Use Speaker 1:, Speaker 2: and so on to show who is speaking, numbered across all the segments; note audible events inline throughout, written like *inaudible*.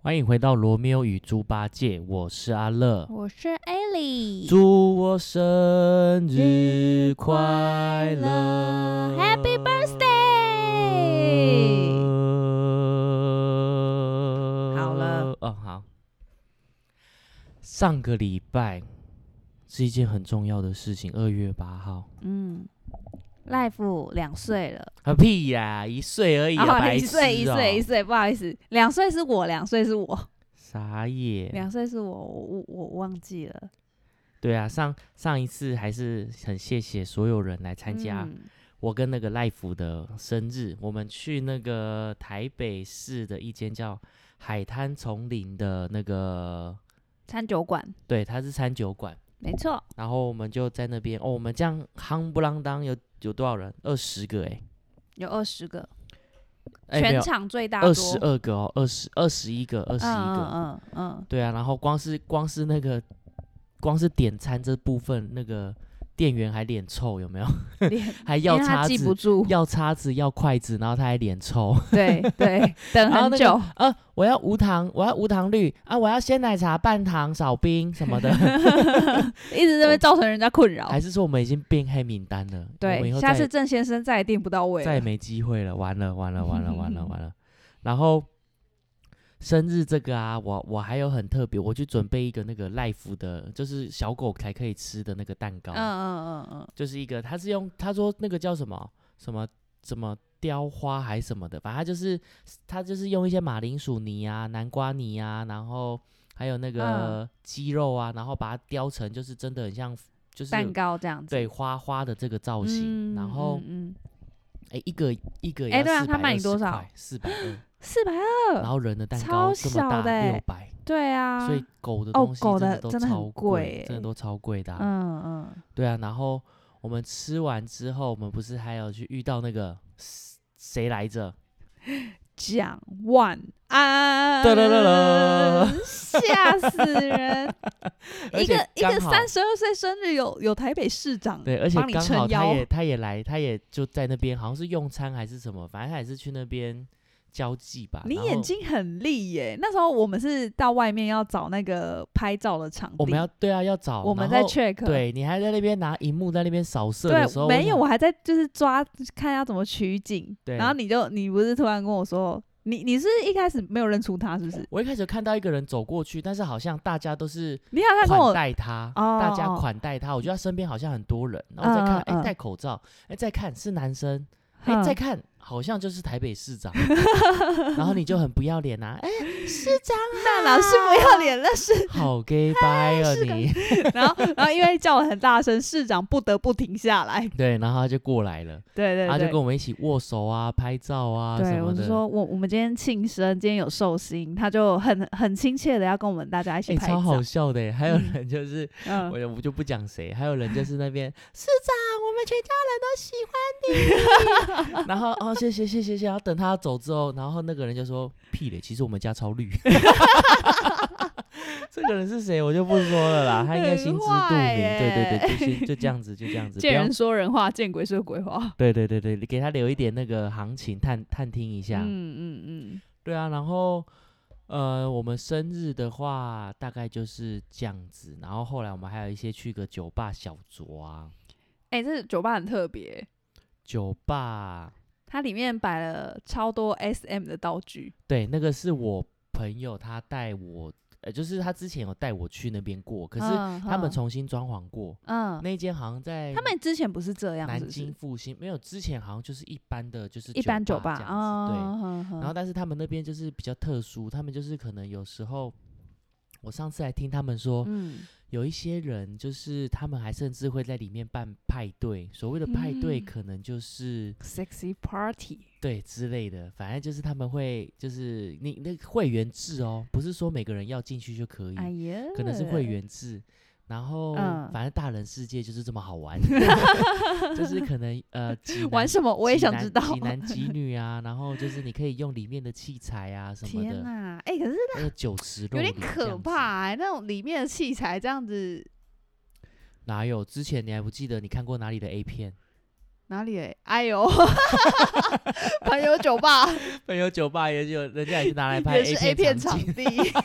Speaker 1: 欢迎回到罗密欧与猪八戒，我是阿乐。
Speaker 2: 我是 Ellie。
Speaker 1: 祝我生日快
Speaker 2: 日快
Speaker 1: 乐
Speaker 2: 乐，Happy birthday！好了，
Speaker 1: 哦好。上个礼拜是一件很重要的事情，二月八号。
Speaker 2: 嗯，Life 两岁了，
Speaker 1: 啊屁呀，一岁而已、啊，
Speaker 2: 哦，
Speaker 1: 白
Speaker 2: 一岁
Speaker 1: 痴
Speaker 2: 一
Speaker 1: 哦
Speaker 2: 岁一岁，不好意思，两岁是我，两岁是我，
Speaker 1: 傻眼。
Speaker 2: 两岁是我，我我我忘记了。
Speaker 1: 对啊，上上一次还是很谢谢所有人来参加。
Speaker 2: 嗯
Speaker 1: 我跟那个赖福的生日，我们去那个台北市的一间叫海滩丛林的那个，
Speaker 2: 餐酒馆，
Speaker 1: 对，它是餐酒馆。
Speaker 2: 没错，
Speaker 1: 然后我们就在那边，哦，我们这样夯不啷当有有多少人？二十个哎、
Speaker 2: 有二十个，
Speaker 1: 欸，没
Speaker 2: 全
Speaker 1: 有，
Speaker 2: 场最大多
Speaker 1: 二十，二个哦，二十二十一个，二
Speaker 2: 二
Speaker 1: 十一个。
Speaker 2: 嗯嗯嗯
Speaker 1: 对啊，然后光是光是那个光是点餐这部分，那个店员还脸臭，有没有？ *laughs*
Speaker 2: 嗯，连
Speaker 1: 还
Speaker 2: 因
Speaker 1: 要
Speaker 2: 为他
Speaker 1: 叉
Speaker 2: 记不
Speaker 1: 子，
Speaker 2: 住，
Speaker 1: 要叉子，要筷子，然后他还脸臭。
Speaker 2: 对
Speaker 1: *laughs*
Speaker 2: 对，等
Speaker 1: 然后
Speaker 2: 很
Speaker 1: 那个
Speaker 2: 久，
Speaker 1: 呃，我要无糖，我要无糖绿啊，我要鲜奶茶半糖少冰什么的，
Speaker 2: *laughs*
Speaker 1: *laughs*
Speaker 2: 一直在那边造成人家困扰
Speaker 1: 还。是说我们已经变黑名单了？我们以
Speaker 2: 对，
Speaker 1: 后
Speaker 2: 下
Speaker 1: 再
Speaker 2: 次郑先生再也订不到位
Speaker 1: 再也
Speaker 2: 了。
Speaker 1: 没机会了，完了完了完了完了完
Speaker 2: *laughs*
Speaker 1: 了。然后生日这个啊，我我还有很特别，我去准备一个那个赖福的，就是小狗才可以吃的那个蛋糕，
Speaker 2: 嗯嗯嗯嗯，
Speaker 1: 就是一个，他是用他说那个叫什么什么什么雕花还是什么的，反正它就是他就是用一些马铃薯泥啊、南瓜泥啊，然后还有那
Speaker 2: 嗯
Speaker 1: 个鸡肉啊，然后把它雕成就是真的很像就是
Speaker 2: 蛋糕这样子。
Speaker 1: 对花花的这个造型，
Speaker 2: 嗯
Speaker 1: 然后
Speaker 2: 嗯，
Speaker 1: 哎、一个一个
Speaker 2: 哎对啊他卖你多少
Speaker 1: 四百
Speaker 2: *laughs*
Speaker 1: 二，
Speaker 2: 四百
Speaker 1: 然后人的蛋糕
Speaker 2: 超
Speaker 1: 这么
Speaker 2: 小
Speaker 1: 大
Speaker 2: 的
Speaker 1: 六
Speaker 2: 欸
Speaker 1: 百、
Speaker 2: 对啊，
Speaker 1: 所以狗的
Speaker 2: 哦
Speaker 1: 东西
Speaker 2: 狗
Speaker 1: 真的
Speaker 2: 的
Speaker 1: 都
Speaker 2: 真的很
Speaker 1: 超
Speaker 2: 贵
Speaker 1: 真的
Speaker 2: 欸
Speaker 1: 都超贵的啊、
Speaker 2: 嗯嗯，
Speaker 1: 对啊，然后我们吃完之后，我们不是还有去遇到那个谁来着？
Speaker 2: 蒋万安，
Speaker 1: 哒哒哒哒
Speaker 2: 吓死人！
Speaker 1: *laughs* 而
Speaker 2: 一
Speaker 1: 且
Speaker 2: 个一个
Speaker 1: 刚好
Speaker 2: 三十二岁生日有有台北市长，
Speaker 1: 对，而且
Speaker 2: 帮你
Speaker 1: 刚好他
Speaker 2: 撑腰
Speaker 1: 也他也来，他也就在那边，好像是用餐还是什么，反正他也是去那边交际吧。
Speaker 2: 你
Speaker 1: 然后
Speaker 2: 眼睛很利耶。那时候我们是到外面要找那个拍照的场地，
Speaker 1: 我们要对啊要找，
Speaker 2: 我们
Speaker 1: 然
Speaker 2: 在
Speaker 1: 后
Speaker 2: check，
Speaker 1: 对你还在那边拿荧幕在那边扫射的时候，
Speaker 2: 对，没有，啊
Speaker 1: 想
Speaker 2: 我还在就是抓看要怎么取景，
Speaker 1: 对
Speaker 2: 然后你就你不是突然跟我说，你你是一开始没有认出他是不是？
Speaker 1: 我一开始看到一个人走过去，但是好像大家都是
Speaker 2: 你好像跟
Speaker 1: 款
Speaker 2: 我
Speaker 1: 待他，
Speaker 2: 哦
Speaker 1: 大家
Speaker 2: 哦
Speaker 1: 款待他。我觉得他身边好像很多人，然后再看，
Speaker 2: 嗯
Speaker 1: 哎、
Speaker 2: 嗯嗯
Speaker 1: 戴口罩，哎、再看是男生，哎、
Speaker 2: 哼
Speaker 1: 再看好像就是台北市
Speaker 2: *laughs*
Speaker 1: 长，然后你就很不要脸啊，哎、市长
Speaker 2: 那老师不要脸，那是。
Speaker 1: 好 gay 掰啊
Speaker 2: 是个
Speaker 1: 你，
Speaker 2: *laughs*
Speaker 1: *laughs*
Speaker 2: 然后然后因为叫得很大声，市长不得不停下来。
Speaker 1: 对，然后他就过来了，
Speaker 2: 对对对，
Speaker 1: 他就跟我们一起握手啊、拍照啊什
Speaker 2: 对我
Speaker 1: 么
Speaker 2: 就
Speaker 1: 的。
Speaker 2: 说我我们今天庆生，今天有寿星，他就很很亲切的要跟我们大家一
Speaker 1: 哎、
Speaker 2: 起拍
Speaker 1: 超
Speaker 2: 照。
Speaker 1: 好笑的耶！还有
Speaker 2: 嗯
Speaker 1: 人就是，
Speaker 2: 嗯，
Speaker 1: 我我就不讲谁，还有人就是那边 *laughs* 市长，我们全家人都喜欢你。 *laughs* 然后哦，谢谢谢谢谢谢。然后等他走之后，然后那个人就说屁嘞，其实我们家超绿。 *laughs* 这个人是谁，我就不说了啦，他应该心知
Speaker 2: 很
Speaker 1: 肚
Speaker 2: 坏
Speaker 1: 明。对对对，
Speaker 2: 耶
Speaker 1: 就先就这样子，就这样子，不
Speaker 2: 见
Speaker 1: 要
Speaker 2: 人。说人话，见鬼说鬼话。
Speaker 1: 对对对对，你给他留一点那个行情探探听一下。
Speaker 2: 嗯嗯
Speaker 1: 对啊，然后呃，我们生日的话大概就是这样子，然后后来我们还有一些去个酒吧小酌啊，
Speaker 2: 嗯，哎、这酒吧很特别，
Speaker 1: 酒吧
Speaker 2: 它里面摆了超多 SM 的道具。
Speaker 1: 对，那个是我朋友他带我，呃，就是他之前有带我去那边过，可是
Speaker 2: 嗯
Speaker 1: 他们
Speaker 2: 嗯
Speaker 1: 重新装潢过，
Speaker 2: 嗯，
Speaker 1: 那间好像在
Speaker 2: 他们之前不是这样，是
Speaker 1: 南
Speaker 2: 不是
Speaker 1: 京复兴没有，之前好像就是一般的就是
Speaker 2: 一般酒
Speaker 1: 吧这样子，对。
Speaker 2: 啊，
Speaker 1: 然后但是他们那边就是比较特殊，他们就是可能有时候，我上次还听他们说，
Speaker 2: 嗯，
Speaker 1: 有一些人就是他们还甚至会在里面办派对，所谓的派对
Speaker 2: 嗯
Speaker 1: 可能就是、
Speaker 2: sexy party，
Speaker 1: 对之类的，反正就是他们会就是你那个会员制哦，不是说每个人要进去就可以，
Speaker 2: 哎呀，
Speaker 1: 可能是会。员制。然后、
Speaker 2: 嗯
Speaker 1: 反正大人世界就是这么好
Speaker 2: *laughs*
Speaker 1: 玩，就是可能呃几男
Speaker 2: 玩什么？我也
Speaker 1: 几
Speaker 2: 想
Speaker 1: 男
Speaker 2: 知道。
Speaker 1: 几
Speaker 2: *laughs*
Speaker 1: 男几女啊，然后就是你可以用里面的器材啊什么
Speaker 2: 天
Speaker 1: 的，
Speaker 2: 哪、哎、可是
Speaker 1: 还有酒池肉
Speaker 2: 有点
Speaker 1: 林这
Speaker 2: 可
Speaker 1: 样子
Speaker 2: 怕、哎，那种里面的器材这样子，
Speaker 1: 哪有？之前你还不记得你看过哪里的 A 片？
Speaker 2: 哪里、欸？哎呦， *laughs* 朋友酒吧
Speaker 1: 朋友酒吧也有，人家也是拿 *laughs* 来 *laughs* 拍
Speaker 2: 也是 A 片场
Speaker 1: 景。
Speaker 2: 地， *laughs*
Speaker 1: 哎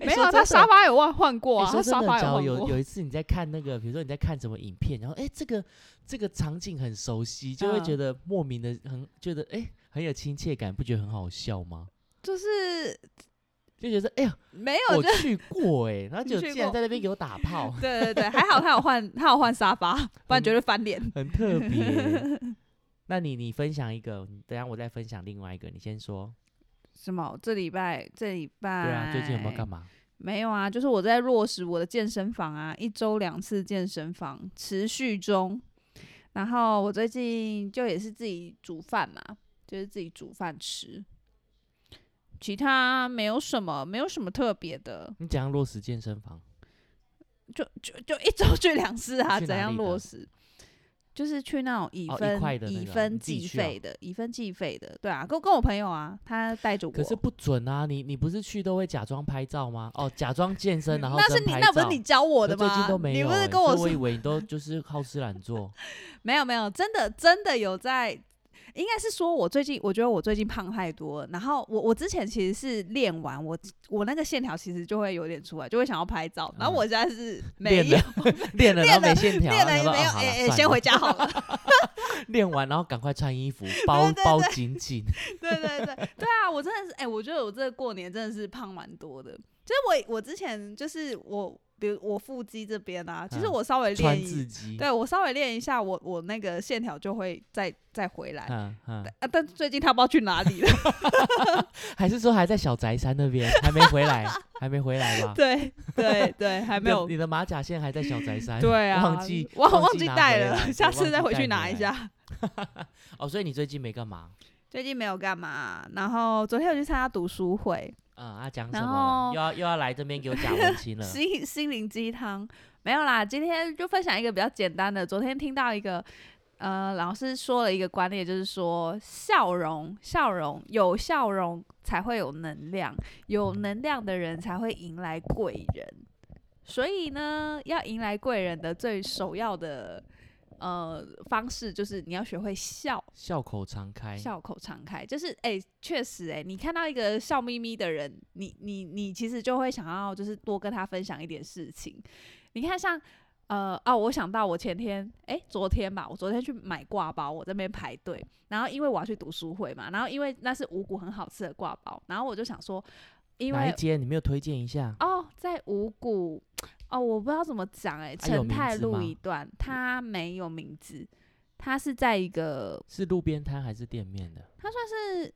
Speaker 2: 没
Speaker 1: 说
Speaker 2: 有啊
Speaker 1: 真
Speaker 2: 他
Speaker 1: 的
Speaker 2: 沙发有换换过
Speaker 1: 欸
Speaker 2: 啊，他
Speaker 1: 说真
Speaker 2: 沙
Speaker 1: 的，
Speaker 2: 发
Speaker 1: 假如
Speaker 2: 换
Speaker 1: 有
Speaker 2: 过。
Speaker 1: 有一次你在看那个，比如说你在看什么影片，然后哎、欸这个这个场景很熟悉，就会
Speaker 2: 嗯
Speaker 1: 觉得莫名的很觉得哎、欸很有亲切感，不觉得很好笑吗？
Speaker 2: 就是
Speaker 1: 就觉得哎呀，
Speaker 2: 没有
Speaker 1: 我
Speaker 2: 就
Speaker 1: 去过哎、欸，然后
Speaker 2: *laughs* 你
Speaker 1: 就
Speaker 2: 去
Speaker 1: 竟然
Speaker 2: 过，
Speaker 1: 在那边给我打炮
Speaker 2: *laughs* 对对对，还好他有换他有换
Speaker 1: *laughs*
Speaker 2: 沙发，不然绝对翻脸。
Speaker 1: 很特别
Speaker 2: *laughs*
Speaker 1: 欸、那你你分享一个，等一下我再分享另外一个，你先说。
Speaker 2: 什么？这礼拜这礼拜
Speaker 1: 对啊，最近有
Speaker 2: 哎
Speaker 1: 没有干嘛？
Speaker 2: 没有啊，就是我在落实我的健身房啊，一周两次健身房，持续中。然后我最近就也是自己煮饭嘛，就是自己煮饭吃，其他没有什么，没有什么特别的，
Speaker 1: 你怎样落实健身房？
Speaker 2: 就就就一周去两次啊，
Speaker 1: 去哪
Speaker 2: 怎样
Speaker 1: 里的
Speaker 2: 落实？就是去那种以
Speaker 1: 哦一
Speaker 2: 分、
Speaker 1: 块的那
Speaker 2: 以
Speaker 1: 个啊
Speaker 2: 分
Speaker 1: 你自己
Speaker 2: 计
Speaker 1: 去哦
Speaker 2: 费的，以分计费的，对啊，跟跟我朋友啊，他带着我，
Speaker 1: 可是不准啊！你你不是去都会假装拍照吗？哦，假装健身，然后
Speaker 2: 嗯那是
Speaker 1: 真
Speaker 2: 你
Speaker 1: 拍
Speaker 2: 那不是
Speaker 1: 照
Speaker 2: 你教我
Speaker 1: 我
Speaker 2: 的
Speaker 1: 最
Speaker 2: 吗？
Speaker 1: 近都没
Speaker 2: 你
Speaker 1: 有
Speaker 2: 不
Speaker 1: 欸、
Speaker 2: 是跟
Speaker 1: 所
Speaker 2: 我
Speaker 1: 以
Speaker 2: 说
Speaker 1: 我以为你都就是好吃懒
Speaker 2: *laughs*
Speaker 1: 做，
Speaker 2: 没有没有，真的真的有在，应该是说我最近，我觉得我最近胖太多了。然后我我之前其实是练完，我我那个线条其实就会有点出来，就会想要拍照。然后
Speaker 1: 嗯
Speaker 2: 我现在是没有
Speaker 1: 练了练了，然后没线条，
Speaker 2: 练了
Speaker 1: 然
Speaker 2: 也
Speaker 1: 后
Speaker 2: 没有，
Speaker 1: 啊好了
Speaker 2: 哎哎，
Speaker 1: 算
Speaker 2: 先
Speaker 1: 了 *laughs*
Speaker 2: 回家好了。
Speaker 1: 练完，然后赶快穿衣服，包
Speaker 2: 对
Speaker 1: 包
Speaker 2: 对
Speaker 1: 紧紧。
Speaker 2: 对对对对啊，我真的是哎、我觉得我这个过年真的是胖蛮多的。就是我我之前就是我，比如我腹肌这边啊，其实
Speaker 1: 嗯
Speaker 2: 我稍微
Speaker 1: 穿
Speaker 2: 练一，
Speaker 1: 自己。
Speaker 2: 对我稍微练一下，我我那个线条就会再再回来。
Speaker 1: 嗯嗯，
Speaker 2: 啊！但最近他不知道去哪里了，
Speaker 1: 还是说还在小宅山那边，还没回来，还没回 *laughs* 来吧？
Speaker 2: *laughs* 对对
Speaker 1: *laughs*
Speaker 2: 对，还
Speaker 1: 还
Speaker 2: 没有
Speaker 1: 你的马甲线还在小宅山。
Speaker 2: 对啊，
Speaker 1: 忘记
Speaker 2: *laughs* 忘
Speaker 1: 忘
Speaker 2: 记
Speaker 1: 拿
Speaker 2: 带
Speaker 1: 回来
Speaker 2: 了，
Speaker 1: 对
Speaker 2: *laughs* 下
Speaker 1: 忘
Speaker 2: 次再
Speaker 1: 记
Speaker 2: 回去
Speaker 1: 带
Speaker 2: 拿
Speaker 1: 回
Speaker 2: 一
Speaker 1: 来。
Speaker 2: 下。
Speaker 1: 哦，所以你最近没干嘛？
Speaker 2: 最近没有干嘛，然后昨天我去参加读书会，
Speaker 1: 嗯啊，讲什
Speaker 2: 然
Speaker 1: 么了？
Speaker 2: 后
Speaker 1: 又要又要来这边给我假文青
Speaker 2: *laughs*
Speaker 1: 了。
Speaker 2: 心心灵鸡汤没有啦，今天就分享一个比较简单的。昨天听到一个呃老师说了一个观念，就是说笑容，笑容有笑容才会有能量，有能量的人才会迎来贵人。所以呢，要迎来贵人的最首要的呃方式就是你要学会笑。
Speaker 1: 笑口常开，
Speaker 2: 笑口常开，就是哎，确、实哎、你看到一个笑眯眯的人，你你你其实就会想要就是多跟他分享一点事情。你看像呃哦，我想到我前天哎、昨天吧，我昨天去买挂包，我这边排队，然后因为我要去读书会嘛，然后因为那是五谷很好吃的挂包，然后我就想说，因
Speaker 1: 哪一
Speaker 2: 为
Speaker 1: 间？你没有推荐一下？
Speaker 2: 哦，在五谷哦，我不知道怎么讲哎、
Speaker 1: 它有
Speaker 2: 陈
Speaker 1: 名
Speaker 2: 泰
Speaker 1: 字
Speaker 2: 路
Speaker 1: 吗
Speaker 2: 一段，它没有名字，它是在一个
Speaker 1: 是路边摊还是店面的？
Speaker 2: 它算是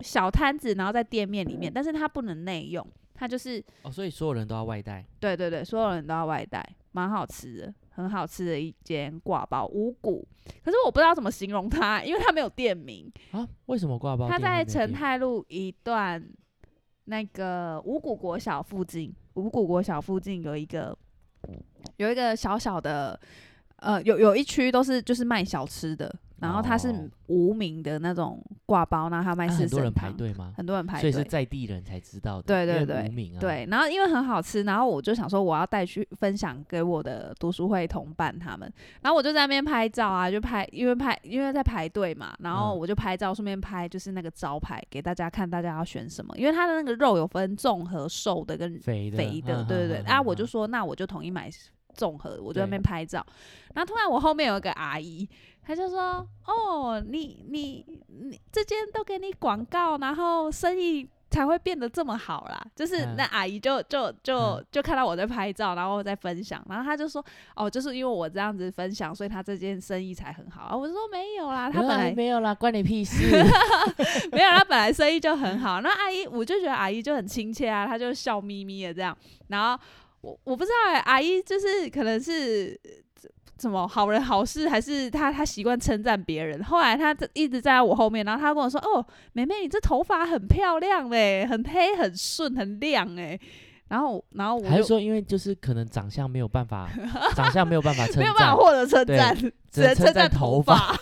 Speaker 2: 小摊子，然后在店面里面，但是它不能内用，它就是
Speaker 1: 哦，所以所有人都要外带。
Speaker 2: 对对对，所有人都要外带，蛮好吃的，很好吃的一间挂包五谷。可是我不知道怎么形容它，因为它没有店名，
Speaker 1: 啊？为什么挂包
Speaker 2: 它
Speaker 1: 店会
Speaker 2: 在
Speaker 1: 没
Speaker 2: 成
Speaker 1: 店
Speaker 2: 泰路一段那个五谷国小附近，五谷国小附近有一个有一个小小的，呃，有有一区都是就是卖小吃的。然后它是
Speaker 1: 哦
Speaker 2: 无名的那种挂包，然后它卖
Speaker 1: 啊
Speaker 2: 四
Speaker 1: 很多
Speaker 2: 神
Speaker 1: 人排
Speaker 2: 汤，
Speaker 1: 队吗？
Speaker 2: 很多人排
Speaker 1: 所
Speaker 2: 队，
Speaker 1: 以是在地人才知道的，
Speaker 2: 对对
Speaker 1: 因为
Speaker 2: 对
Speaker 1: 无名啊，，
Speaker 2: 对，然后因为很好吃，然后我就想说我要带去分享给我的读书会同伴他们，然后我就在那边拍照啊，就拍，因为拍因为在排队嘛，然后
Speaker 1: 嗯
Speaker 2: 我就拍照，顺便拍就是那个招牌给大家看，大家要选什么，因为它的那个肉有分重和瘦的跟
Speaker 1: 肥的，
Speaker 2: 肥的，
Speaker 1: 嗯
Speaker 2: 对对对，啊，我
Speaker 1: 嗯
Speaker 2: 就，
Speaker 1: 嗯嗯
Speaker 2: 说那我就统一买综合，我就在那
Speaker 1: 对
Speaker 2: 边拍照。然后突然我后面有一个阿姨，她就说：“哦，你你你这间都给你广告，然后生意。”才会变得这么好啦，就是
Speaker 1: 嗯
Speaker 2: 那阿姨就就就
Speaker 1: 嗯
Speaker 2: 就看到我在拍照，然后我在分享，然后她就说，哦，就是因为我这样子分享，所以她这件生意才很好啊。我就说没有啦，她
Speaker 1: 嗯没
Speaker 2: 本
Speaker 1: 有啦
Speaker 2: 来
Speaker 1: 没有啦，关你屁事。
Speaker 2: *laughs* 没有，他本来生意就很好。那阿姨，我就觉得阿姨就很亲切啊，她就笑眯眯的这样。然后我我不知道、欸，阿姨就是可能是呃怎么好人好事，还是她她习惯称赞别人。后来她这一直站在我后面，然后她跟我说：“哦，妹妹，你这头发很漂亮嘞、很黑、很顺、很亮哎、然后然后我
Speaker 1: 还是
Speaker 2: 就
Speaker 1: 说，因为就是可能长相没有办
Speaker 2: *laughs*
Speaker 1: 法，长相没有办法称
Speaker 2: 没有办法
Speaker 1: 赞，
Speaker 2: 获得称
Speaker 1: 对
Speaker 2: 赞，只能
Speaker 1: 称
Speaker 2: 称赞
Speaker 1: 赞头
Speaker 2: 头发。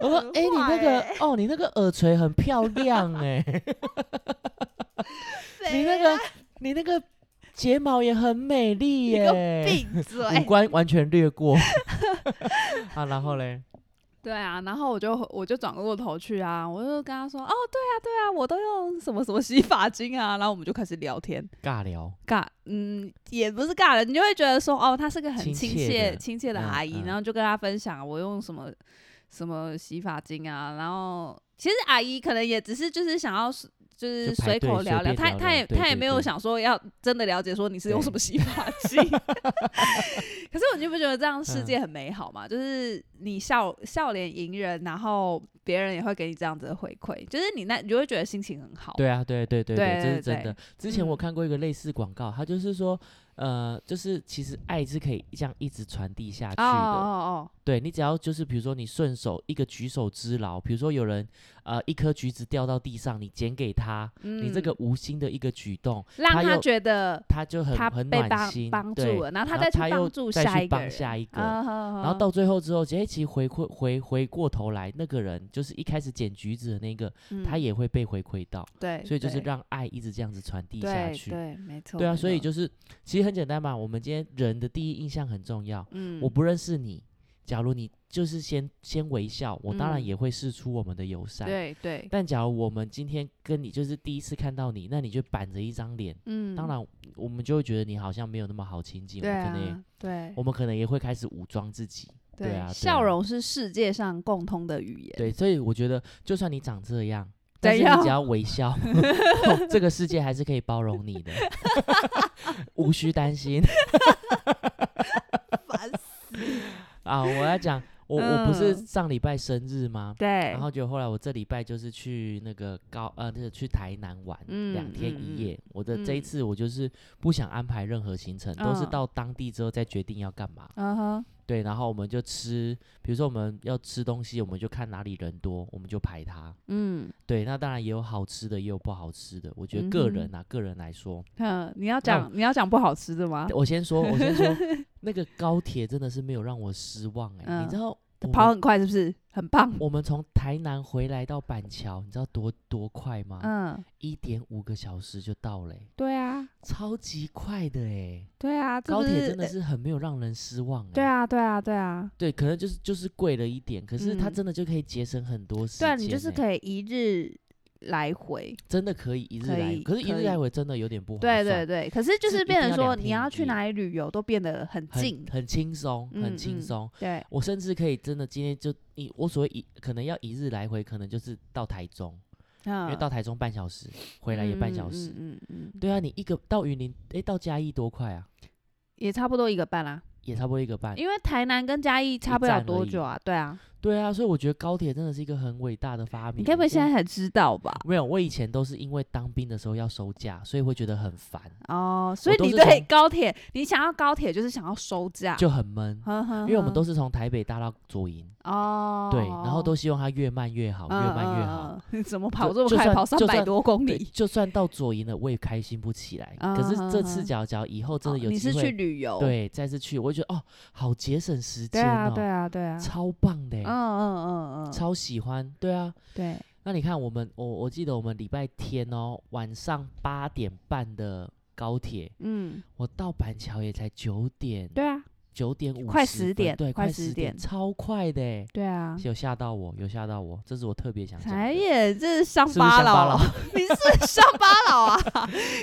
Speaker 1: 我说，
Speaker 2: 很
Speaker 1: 哎，你那
Speaker 2: 坏
Speaker 1: 个
Speaker 2: 欸，
Speaker 1: 哦，你那个耳垂很
Speaker 2: *laughs*
Speaker 1: 欸
Speaker 2: *laughs*
Speaker 1: 漂亮，哎，你那个，你那个睫毛也很美丽
Speaker 2: 你给我
Speaker 1: 耶，
Speaker 2: 闭嘴！
Speaker 1: 五官完全略过。 *laughs* 啊，然后嘞，
Speaker 2: 对啊，然后我就我就转过头去啊，我就跟他说：“哦，对啊，对啊，我都用什么什么洗发精啊。”然后我们就开始聊天，
Speaker 1: 尬聊，
Speaker 2: 尬，嗯，也不是尬了，你就会觉得说：“哦，她是个很
Speaker 1: 亲
Speaker 2: 亲
Speaker 1: 切
Speaker 2: 切
Speaker 1: 的
Speaker 2: 亲切的
Speaker 1: 嗯
Speaker 2: 阿姨。
Speaker 1: 嗯
Speaker 2: 然后就跟她分享我用什么什么洗发精啊，然后其实阿姨可能也只是就是想要。就是
Speaker 1: 就排
Speaker 2: 随
Speaker 1: 队
Speaker 2: 口
Speaker 1: 随
Speaker 2: 聊聊，
Speaker 1: 便
Speaker 2: 她
Speaker 1: 聊
Speaker 2: 她也
Speaker 1: 聊对
Speaker 2: 她
Speaker 1: 对
Speaker 2: 也没有
Speaker 1: 对
Speaker 2: 想说要真的了解说你是用
Speaker 1: 对
Speaker 2: 什么洗发精， *laughs* 可是你不觉得这样世界
Speaker 1: 嗯
Speaker 2: 很美好吗？就是你笑笑脸迎人，然后别人也会给你这样子的回馈，就是你那你就会觉得心情很好。
Speaker 1: 对啊，对对对
Speaker 2: 对
Speaker 1: 这是
Speaker 2: 对
Speaker 1: 真
Speaker 2: 对
Speaker 1: 的。之前我
Speaker 2: 嗯
Speaker 1: 看过一个类似广告，它就是说，呃，就是其实爱是可以这样一直传递下去
Speaker 2: 哦
Speaker 1: 的。
Speaker 2: 哦
Speaker 1: 对你只要就是比如说你顺手一个举手之劳，比如说有人呃一颗橘子掉到地上，你捡给他，
Speaker 2: 哦，嗯
Speaker 1: 你这个无心的一个举动，
Speaker 2: 让
Speaker 1: 他
Speaker 2: 他
Speaker 1: 又
Speaker 2: 觉得
Speaker 1: 他就很
Speaker 2: 他
Speaker 1: 很
Speaker 2: 被
Speaker 1: 暖
Speaker 2: 帮
Speaker 1: 心，
Speaker 2: 帮
Speaker 1: 对
Speaker 2: 助了，然后他
Speaker 1: 然
Speaker 2: 再
Speaker 1: 后
Speaker 2: 去
Speaker 1: 他又
Speaker 2: 帮助
Speaker 1: 再
Speaker 2: 下
Speaker 1: 去
Speaker 2: 一个
Speaker 1: 帮
Speaker 2: 人，
Speaker 1: 下一个
Speaker 2: 啊
Speaker 1: 然后到最后之后，哎，其实回馈回回过头来，那个人就是一开始捡橘子的那个，他也会被回馈到，
Speaker 2: 嗯对，
Speaker 1: 所以就是
Speaker 2: 对
Speaker 1: 让爱一直这样子传递下
Speaker 2: 对
Speaker 1: 去。
Speaker 2: 对，没错，
Speaker 1: 对啊，
Speaker 2: 没
Speaker 1: 所以
Speaker 2: 错
Speaker 1: 就是其实很简单嘛，我们今天人的第一印象很重要。
Speaker 2: 嗯，
Speaker 1: 我不认识你，假如你就是先先微笑，我当然
Speaker 2: 嗯
Speaker 1: 也会试出我们的友善。
Speaker 2: 对对，
Speaker 1: 但假如我们今天跟你就是第一次看到你，那你就板着一张脸，
Speaker 2: 嗯，
Speaker 1: 当然我们就会觉得你好像没有那么好亲近，
Speaker 2: 对
Speaker 1: 我们可能也
Speaker 2: 啊，对
Speaker 1: 我们可能也会开始武装自己。对啊对
Speaker 2: 笑
Speaker 1: 啊
Speaker 2: 容是世界上共通的语言，
Speaker 1: 对，所以我觉得就算你长这样，但是
Speaker 2: 怎
Speaker 1: 你只
Speaker 2: 样
Speaker 1: 要微
Speaker 2: *laughs*
Speaker 1: 笑，哦这个世界还是可以包容你的，无需担心。
Speaker 2: *laughs* 烦死，
Speaker 1: 啊，我要讲，我、我不是
Speaker 2: 嗯
Speaker 1: 上礼拜生日吗？
Speaker 2: 对，
Speaker 1: 然后就后来我这礼拜就是去那个高呃，就是去台南玩两、
Speaker 2: 嗯
Speaker 1: 天
Speaker 2: 嗯
Speaker 1: 一夜。我的这一
Speaker 2: 嗯
Speaker 1: 次我就是不想安排任何行程，都是
Speaker 2: 嗯
Speaker 1: 到当地之后再决定要干嘛。
Speaker 2: 嗯哼，
Speaker 1: 对，然后我们就吃，比如说我们要吃东西，我们就看哪里人多，我们就排它。
Speaker 2: 嗯
Speaker 1: 对，那当然也有好吃的，也有不好吃的。我觉得个
Speaker 2: 嗯
Speaker 1: 人啊，个人来说，
Speaker 2: 哼，你要讲你要讲不好吃的吗？
Speaker 1: 我先说，我先
Speaker 2: *laughs*
Speaker 1: 说，那个高铁真的是没有让我失望哎、
Speaker 2: 嗯
Speaker 1: 你知道我们
Speaker 2: 跑很快是不是？很棒，
Speaker 1: 我们从台南回来到板桥，你知道多多快吗？
Speaker 2: 嗯，
Speaker 1: 一点五个小时就到了欸、
Speaker 2: 对啊，
Speaker 1: 超级快的哎、
Speaker 2: 对啊，这
Speaker 1: 高
Speaker 2: 不
Speaker 1: 铁真的
Speaker 2: 呃
Speaker 1: 是很没有让人失望哎、
Speaker 2: 对，啊，对啊，对啊，
Speaker 1: 对，可能就是就是贵了一点，可是它
Speaker 2: 嗯
Speaker 1: 真的就可以节省很多时
Speaker 2: 对
Speaker 1: 间欸、
Speaker 2: 啊，你就是可以一日来回，
Speaker 1: 真的可以一日
Speaker 2: 可
Speaker 1: 来
Speaker 2: 以
Speaker 1: 回，可是一
Speaker 2: 可
Speaker 1: 日来
Speaker 2: 以
Speaker 1: 回真的有点不划
Speaker 2: 对
Speaker 1: 算。
Speaker 2: 对对，可是就是是
Speaker 1: 一
Speaker 2: 变
Speaker 1: 定
Speaker 2: 成
Speaker 1: 要
Speaker 2: 说
Speaker 1: 两
Speaker 2: 你
Speaker 1: 天
Speaker 2: 要
Speaker 1: 一
Speaker 2: 去
Speaker 1: 夜
Speaker 2: 哪里旅游都变得很近
Speaker 1: 很，很轻松，很
Speaker 2: 嗯
Speaker 1: 轻
Speaker 2: 嗯
Speaker 1: 松。
Speaker 2: 对，
Speaker 1: 我甚至可以真的今天就一，我所谓一可能要一日来回，可能就是到台中，因为
Speaker 2: 嗯，
Speaker 1: 到台中半小时，回来也半小
Speaker 2: 嗯
Speaker 1: 时。
Speaker 2: 嗯嗯嗯，
Speaker 1: 对啊，你一个到云林，诶，到嘉义多快啊？
Speaker 2: 也差不多一个半啦，
Speaker 1: 也差不多一个半。
Speaker 2: 因为台南跟嘉义差不了
Speaker 1: 站而
Speaker 2: 多
Speaker 1: 已
Speaker 2: 久啊，对啊，
Speaker 1: 对啊，所以我觉得高铁真的是一个很伟大的发明。
Speaker 2: 你该不会
Speaker 1: 我
Speaker 2: 现在才知道吧？
Speaker 1: 没有？我以前都是因为当兵的时候要收假，所以会觉得很烦，
Speaker 2: 哦，所以
Speaker 1: 都
Speaker 2: 你
Speaker 1: 是
Speaker 2: 对
Speaker 1: 从
Speaker 2: 高铁，你想要高铁就是想要收价，
Speaker 1: 就很闷。
Speaker 2: 呵呵
Speaker 1: 因为我们
Speaker 2: 呵
Speaker 1: 都是从台北搭到左营，
Speaker 2: 哦，
Speaker 1: 对，然后都希望它越慢越好，越
Speaker 2: 嗯
Speaker 1: 慢越好。，
Speaker 2: 嗯嗯怎么跑这么
Speaker 1: 就
Speaker 2: 快，
Speaker 1: 算
Speaker 2: 跑三
Speaker 1: 就
Speaker 2: 百
Speaker 1: 算
Speaker 2: 多公
Speaker 1: 对，
Speaker 2: 里？
Speaker 1: 就算到左营了，我也开心不起来。可是这次
Speaker 2: 嗯
Speaker 1: 脚脚以后真
Speaker 2: 哦
Speaker 1: 的有
Speaker 2: 你
Speaker 1: 机
Speaker 2: 是去
Speaker 1: 会，
Speaker 2: 旅游？
Speaker 1: 对，再次去，我就觉得哦，好节省时
Speaker 2: 对
Speaker 1: 间
Speaker 2: 啊，
Speaker 1: 哦
Speaker 2: 对，啊，对啊，
Speaker 1: 超棒的
Speaker 2: 嗯
Speaker 1: 欸，
Speaker 2: 嗯嗯嗯，
Speaker 1: 超喜欢，对啊。
Speaker 2: 对，
Speaker 1: 那你看，我们我我记得我们礼拜天哦，晚上八点半的高铁，
Speaker 2: 嗯，
Speaker 1: 我到板桥也才九点，
Speaker 2: 对啊，
Speaker 1: 九点五
Speaker 2: 快10点
Speaker 1: 对，
Speaker 2: 快
Speaker 1: 快
Speaker 2: 10
Speaker 1: 10
Speaker 2: 点
Speaker 1: 超快的欸，
Speaker 2: 对啊，
Speaker 1: 有吓到我，有吓到我，这是我特别想讲
Speaker 2: 才
Speaker 1: 的。
Speaker 2: 也这是乡
Speaker 1: 哎是不是
Speaker 2: 巴
Speaker 1: 乡巴
Speaker 2: 佬
Speaker 1: 佬 *laughs*
Speaker 2: 啊，你是不是乡巴佬啊？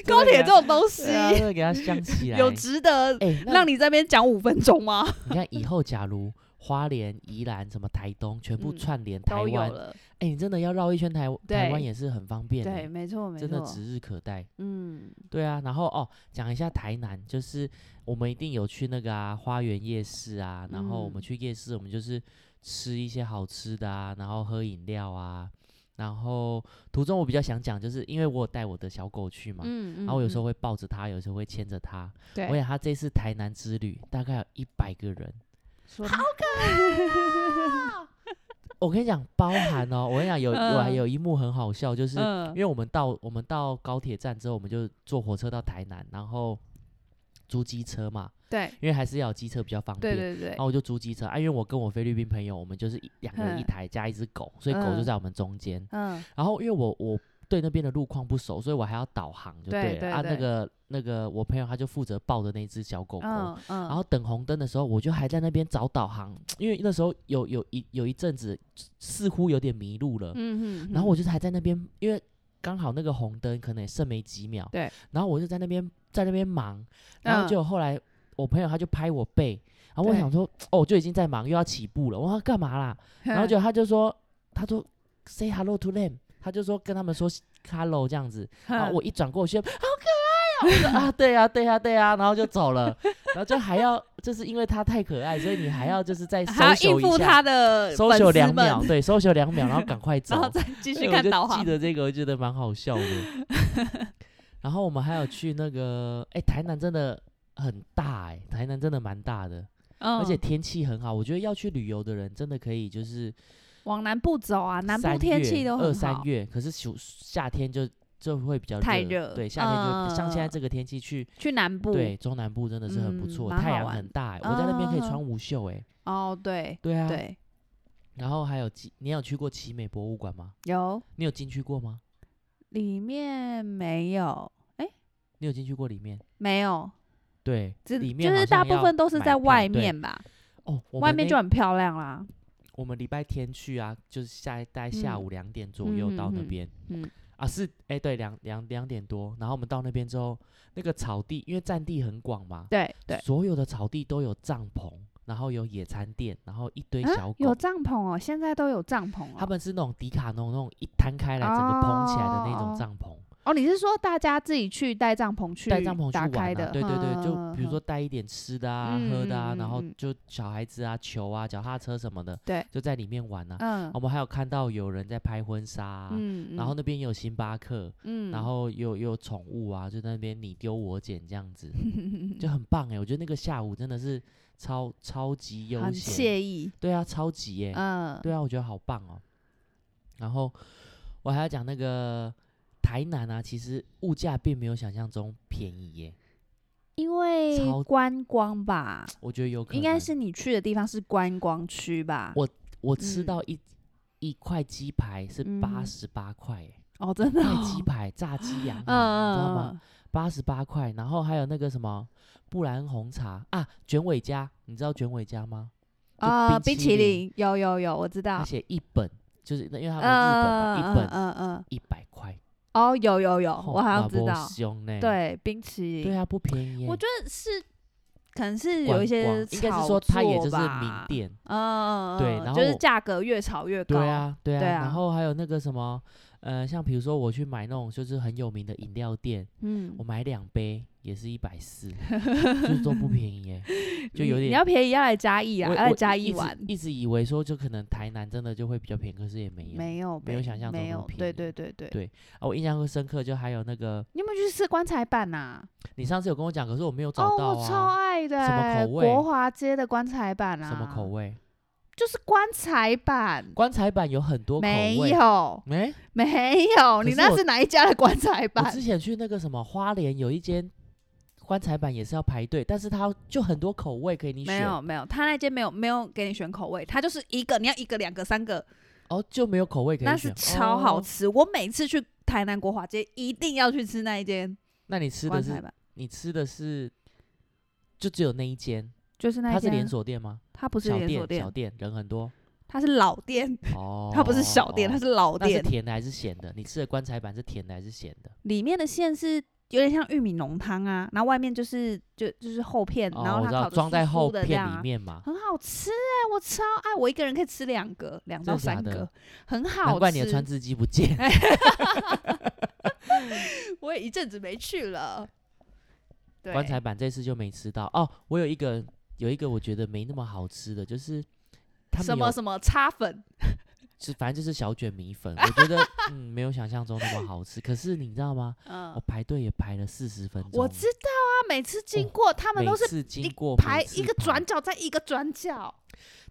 Speaker 2: 高铁这种东西
Speaker 1: 对啊，真的给它镶起来，
Speaker 2: *laughs* 有值得
Speaker 1: 哎，那
Speaker 2: 让你啊在那边讲五分钟吗？
Speaker 1: 你看以后，假如花莲、宜兰、什么台东全部
Speaker 2: 嗯
Speaker 1: 串联台
Speaker 2: 都有
Speaker 1: 湾，哎、
Speaker 2: 了，
Speaker 1: 你真的要绕一圈台台湾
Speaker 2: 对
Speaker 1: 也是很方便
Speaker 2: 对，
Speaker 1: 欸，
Speaker 2: 没错，没
Speaker 1: 真的
Speaker 2: 错，
Speaker 1: 指日可待。
Speaker 2: 嗯，
Speaker 1: 对啊，然后哦，讲一下台南，就是我们一定有去那个啊花园夜市啊，然后我们
Speaker 2: 嗯
Speaker 1: 去夜市，我们就是吃一些好吃的啊，然后喝饮料啊，然后途中我比较想讲，就是因为我有带我的小狗去嘛。
Speaker 2: 嗯，
Speaker 1: 然后我有时候
Speaker 2: 会，
Speaker 1: 会抱着它，有时候会牵着它。
Speaker 2: 对
Speaker 1: 我想它这次台南之旅大概有一百个人，
Speaker 2: 说好
Speaker 1: *laughs* 我跟你讲，包含哦，我跟你讲，有我还
Speaker 2: 嗯
Speaker 1: 有一幕很好笑，就是
Speaker 2: 嗯
Speaker 1: 因为我们到我们到高铁站之后，我们就坐火车到台南，然后租机车嘛，
Speaker 2: 对
Speaker 1: 因为还是要有机车比较方
Speaker 2: 对
Speaker 1: 便。
Speaker 2: 对对
Speaker 1: 然，后我就租机车，啊，因为我跟我菲律宾朋友，我们就是一两个人一
Speaker 2: 嗯
Speaker 1: 台加一只狗，所以狗就
Speaker 2: 嗯
Speaker 1: 在我们中间。
Speaker 2: 嗯
Speaker 1: 然后因为我我对那边的路况不熟，所以我还要导航就
Speaker 2: 对
Speaker 1: 对了
Speaker 2: 对
Speaker 1: 啊。那
Speaker 2: 对
Speaker 1: 个那个我朋友他就负责抱着那只小狗狗，
Speaker 2: 嗯嗯，
Speaker 1: 然后等红灯的时候，我就还在那边找导航，因为那时候有有一有一阵子似乎有点迷路了，
Speaker 2: 嗯嗯，
Speaker 1: 然后我
Speaker 2: 就
Speaker 1: 就还在那边，因为刚好那个红灯可能也剩没几秒，
Speaker 2: 对，
Speaker 1: 然后我就在那边在那边忙，然后
Speaker 2: 嗯
Speaker 1: 就后来我朋友他就拍我背，然后我
Speaker 2: 对嗯
Speaker 1: 想说哦，就已经在忙又要起步了，我说干嘛啦？然后就他就说他说 say hello to them，他就说跟他们说 hello 这样子，然
Speaker 2: 嗯
Speaker 1: 后我一转过去，好可爱哦、我说啊，对呀、对呀、对呀、然后就走了， *laughs* 然后就还要，就是因为他太可爱，所以你还要就是再搜
Speaker 2: 还要
Speaker 1: 求
Speaker 2: 应付
Speaker 1: 一下，
Speaker 2: 他的
Speaker 1: 搜
Speaker 2: 粉
Speaker 1: 求
Speaker 2: 丝
Speaker 1: 两
Speaker 2: 们
Speaker 1: 秒，，对，搜求两秒，然后赶快走
Speaker 2: *laughs* 然。后再继
Speaker 1: 对
Speaker 2: 续
Speaker 1: 我
Speaker 2: 看
Speaker 1: 就
Speaker 2: 导航
Speaker 1: 记。得这个，我觉得蛮好笑
Speaker 2: *laughs*
Speaker 1: 的。然后我们还有去那个，哎、台南真的很大哎、台南真的蛮大的，
Speaker 2: 嗯，
Speaker 1: 而且天气很好。我觉得要去旅游的人真的可以，就是
Speaker 2: 往南部走啊，南部
Speaker 1: 三
Speaker 2: 天
Speaker 1: 月
Speaker 2: 气都
Speaker 1: 二
Speaker 2: 很
Speaker 1: 三
Speaker 2: 好。
Speaker 1: 月，可是暑夏天就就会比较
Speaker 2: 太热
Speaker 1: 对，夏天就像现在
Speaker 2: 嗯
Speaker 1: 这个天气去，
Speaker 2: 去南部，
Speaker 1: 对中南部真的是很不
Speaker 2: 嗯
Speaker 1: 错，
Speaker 2: 蛮
Speaker 1: 太
Speaker 2: 好
Speaker 1: 阳
Speaker 2: 玩
Speaker 1: 很大欸，我在那边可以
Speaker 2: 啊
Speaker 1: 穿无袖哎，
Speaker 2: 哦，对
Speaker 1: 对啊，
Speaker 2: 对，
Speaker 1: 然后还有奇，你有去过奇美博物馆吗？
Speaker 2: 有
Speaker 1: 你有进去过吗？
Speaker 2: 里面没有
Speaker 1: 你有进去过里面？
Speaker 2: 没有，
Speaker 1: 对，
Speaker 2: 只
Speaker 1: 里面
Speaker 2: 就
Speaker 1: 好
Speaker 2: 是
Speaker 1: 像
Speaker 2: 大部
Speaker 1: 要
Speaker 2: 分都是
Speaker 1: 买
Speaker 2: 在
Speaker 1: 票
Speaker 2: 外
Speaker 1: 对
Speaker 2: 面吧，
Speaker 1: 哦，我
Speaker 2: 外
Speaker 1: 们
Speaker 2: 面
Speaker 1: 那
Speaker 2: 就很漂亮啦。
Speaker 1: 我们礼拜天去啊，就是下大概下
Speaker 2: 嗯
Speaker 1: 午两点左右到那
Speaker 2: 嗯嗯
Speaker 1: 边，
Speaker 2: 嗯
Speaker 1: 啊是哎、对两两两点多，然后我们到那边之后，那个草地因为占地很广嘛，
Speaker 2: 对对，
Speaker 1: 所有的草地都有帐篷，然后有野餐垫，然后一堆
Speaker 2: 啊
Speaker 1: 小狗，
Speaker 2: 有帐篷哦，现在都有帐篷
Speaker 1: 他
Speaker 2: 哦。
Speaker 1: 们是那种迪卡侬那种一摊开来整个蓬起来的那
Speaker 2: 哦
Speaker 1: 种
Speaker 2: 哦
Speaker 1: 帐篷，
Speaker 2: 哦，你是说大家自己去带帐篷去
Speaker 1: 带帐篷去
Speaker 2: 打开
Speaker 1: 玩
Speaker 2: 的嗯
Speaker 1: 啊，？对对对，
Speaker 2: 哼
Speaker 1: 就比如
Speaker 2: 哼
Speaker 1: 说带一点吃的啊、
Speaker 2: 嗯
Speaker 1: 喝的啊，
Speaker 2: 嗯嗯
Speaker 1: 然后
Speaker 2: 嗯
Speaker 1: 就小孩子啊、球啊、脚踏车什么的，
Speaker 2: 对，
Speaker 1: 就在里面玩啊。
Speaker 2: 嗯
Speaker 1: 我们还有看到有人在拍婚纱啊、
Speaker 2: 嗯，
Speaker 1: 然后
Speaker 2: 嗯
Speaker 1: 那边也有星巴克，
Speaker 2: 嗯，
Speaker 1: 然后也有也有宠物啊，就在那边你丢我捡这样
Speaker 2: *laughs*
Speaker 1: 子，就很棒哎、我觉得那个下午真的是超超级悠
Speaker 2: 很
Speaker 1: 闲，
Speaker 2: 惬意，
Speaker 1: 对啊，超级耶、
Speaker 2: 嗯，
Speaker 1: 对啊，我觉得好棒哦。然后我还要讲那个台南啊，其实物价并没有想象中便宜耶，
Speaker 2: 因为
Speaker 1: 超
Speaker 2: 观光吧，
Speaker 1: 我觉得有可能
Speaker 2: 应该是你去的地方是观光区吧？
Speaker 1: 我吃
Speaker 2: 嗯
Speaker 1: 到一、一块鸡排是
Speaker 2: 嗯
Speaker 1: 八十八块
Speaker 2: *laughs*
Speaker 1: 耶，
Speaker 2: 哦，真的
Speaker 1: 一
Speaker 2: 哦，
Speaker 1: 块鸡排炸鸡羊
Speaker 2: 嗯，
Speaker 1: 啊，你知道
Speaker 2: 嗯
Speaker 1: 吗？
Speaker 2: 嗯，
Speaker 1: 八十八块，然后还有那个什么布兰红茶啊，卷尾家，你知道卷尾家吗？就
Speaker 2: 啊，
Speaker 1: 冰
Speaker 2: 冰
Speaker 1: 淇
Speaker 2: 淇
Speaker 1: 淋
Speaker 2: 淋有有有，我知道
Speaker 1: 而，且一本就是因为他们
Speaker 2: 嗯
Speaker 1: 日本嘛，一
Speaker 2: 啊嗯
Speaker 1: 本
Speaker 2: 嗯嗯，
Speaker 1: 一百块，
Speaker 2: 哦，有有有，
Speaker 1: 吼
Speaker 2: 我好像
Speaker 1: 嘛
Speaker 2: 知
Speaker 1: 不
Speaker 2: 道，
Speaker 1: 凶呢，
Speaker 2: 对，冰淇
Speaker 1: 对
Speaker 2: 淋，
Speaker 1: 啊，不便宜耶。
Speaker 2: 我觉得是可能是
Speaker 1: 观
Speaker 2: 有
Speaker 1: 光
Speaker 2: 一些
Speaker 1: 应该
Speaker 2: 炒
Speaker 1: 是说它也
Speaker 2: 作
Speaker 1: 就是名
Speaker 2: 吧，
Speaker 1: 店，
Speaker 2: 嗯，嗯，嗯
Speaker 1: 对
Speaker 2: 嗯
Speaker 1: 然
Speaker 2: 就是
Speaker 1: 后
Speaker 2: 价格越炒越高，
Speaker 1: 对，啊，对啊。
Speaker 2: 对啊
Speaker 1: 然后还有那个什么，呃，像比如说我去买那种就是很有名的饮料店，
Speaker 2: 嗯
Speaker 1: 我，买两杯也是一百
Speaker 2: *laughs*
Speaker 1: 四，就是都不便宜耶，就有
Speaker 2: 你
Speaker 1: 点
Speaker 2: 你要便宜要来嘉义啊，
Speaker 1: 我
Speaker 2: 要来
Speaker 1: 我
Speaker 2: 嘉
Speaker 1: 一
Speaker 2: 义
Speaker 1: 直
Speaker 2: 玩，
Speaker 1: 一直以为说就可能台南真的就会比较便宜，可是也没有。
Speaker 2: 没有
Speaker 1: 没有
Speaker 2: 被
Speaker 1: 想象中
Speaker 2: 没
Speaker 1: 那么
Speaker 2: 有，
Speaker 1: 便
Speaker 2: 对
Speaker 1: 宜
Speaker 2: 对对对
Speaker 1: 对啊，我印象会深刻，就还有那个
Speaker 2: 你有没有去吃棺材板呐？
Speaker 1: 你上次有跟我讲，可是我没有找到
Speaker 2: 哦，我超
Speaker 1: 啊。
Speaker 2: 爱的
Speaker 1: 什么
Speaker 2: 欸，
Speaker 1: 口味
Speaker 2: 国华街的棺材板啊，
Speaker 1: 什么口？味？
Speaker 2: 就是棺材板，
Speaker 1: 棺材板有很多口
Speaker 2: 没
Speaker 1: 味。
Speaker 2: 有，
Speaker 1: 哎、
Speaker 2: 没有，
Speaker 1: 可
Speaker 2: 你
Speaker 1: 是
Speaker 2: 那
Speaker 1: 我
Speaker 2: 是哪一家的棺材
Speaker 1: 我
Speaker 2: 板？
Speaker 1: 之前去那个什么花莲有一间棺材板也是要排队，但是它就很多口味可以你
Speaker 2: 没
Speaker 1: 选，
Speaker 2: 有没有，他那间没有没有给你选口味，他就是一个你要一个两个三个，
Speaker 1: 哦就没有口味可以选，
Speaker 2: 那是超好
Speaker 1: 哦。
Speaker 2: 吃。我每次去台南国华街一定要去吃那一间
Speaker 1: 那你吃
Speaker 2: 棺
Speaker 1: 的
Speaker 2: 材
Speaker 1: 是
Speaker 2: 板，
Speaker 1: 你吃的是就只有那一间，
Speaker 2: 就是那一
Speaker 1: 它
Speaker 2: 间。
Speaker 1: 是连，锁店吗？
Speaker 2: 它不是
Speaker 1: 小
Speaker 2: 连锁
Speaker 1: 店小
Speaker 2: 店，
Speaker 1: 店人很
Speaker 2: *laughs*
Speaker 1: 多
Speaker 2: 它是老店，
Speaker 1: 哦，
Speaker 2: 它不是小店，
Speaker 1: 哦
Speaker 2: 它是老
Speaker 1: 那是
Speaker 2: 店。
Speaker 1: 甜的还是咸的？你吃的棺材板是甜的还是咸的？
Speaker 2: 里面的馅是有点像玉米浓汤啊，然后外面就是就就是厚片，然
Speaker 1: 哦、
Speaker 2: 后
Speaker 1: 我
Speaker 2: 它
Speaker 1: 知
Speaker 2: 烤
Speaker 1: 道
Speaker 2: 得
Speaker 1: 装在
Speaker 2: 酥酥
Speaker 1: 后
Speaker 2: 的这样
Speaker 1: 片里
Speaker 2: 啊，
Speaker 1: 面嘛，
Speaker 2: 很好吃哎、我超爱，我一个人可以吃两个，两
Speaker 1: 真
Speaker 2: 到
Speaker 1: 的假
Speaker 2: 三
Speaker 1: 的
Speaker 2: 个，很好
Speaker 1: 难
Speaker 2: 吃。
Speaker 1: 怪你的穿字机不见。
Speaker 2: *laughs* 我也一阵子没去了。对，
Speaker 1: 棺材板这次就没吃到哦。我有一个有一个我觉得没那么好吃的，就是他
Speaker 2: 什
Speaker 1: 们
Speaker 2: 么
Speaker 1: 有
Speaker 2: 什么擦粉，
Speaker 1: 是反正就是小卷米粉，我觉得 *laughs* 嗯没有想象中那么好吃。可是你知道吗？
Speaker 2: 嗯
Speaker 1: 我，排队也排了四十分钟，
Speaker 2: 我知道啊，每次经过他们
Speaker 1: 哦每
Speaker 2: 都是
Speaker 1: 次经过
Speaker 2: 排
Speaker 1: 每次
Speaker 2: 一个转角再一个转角，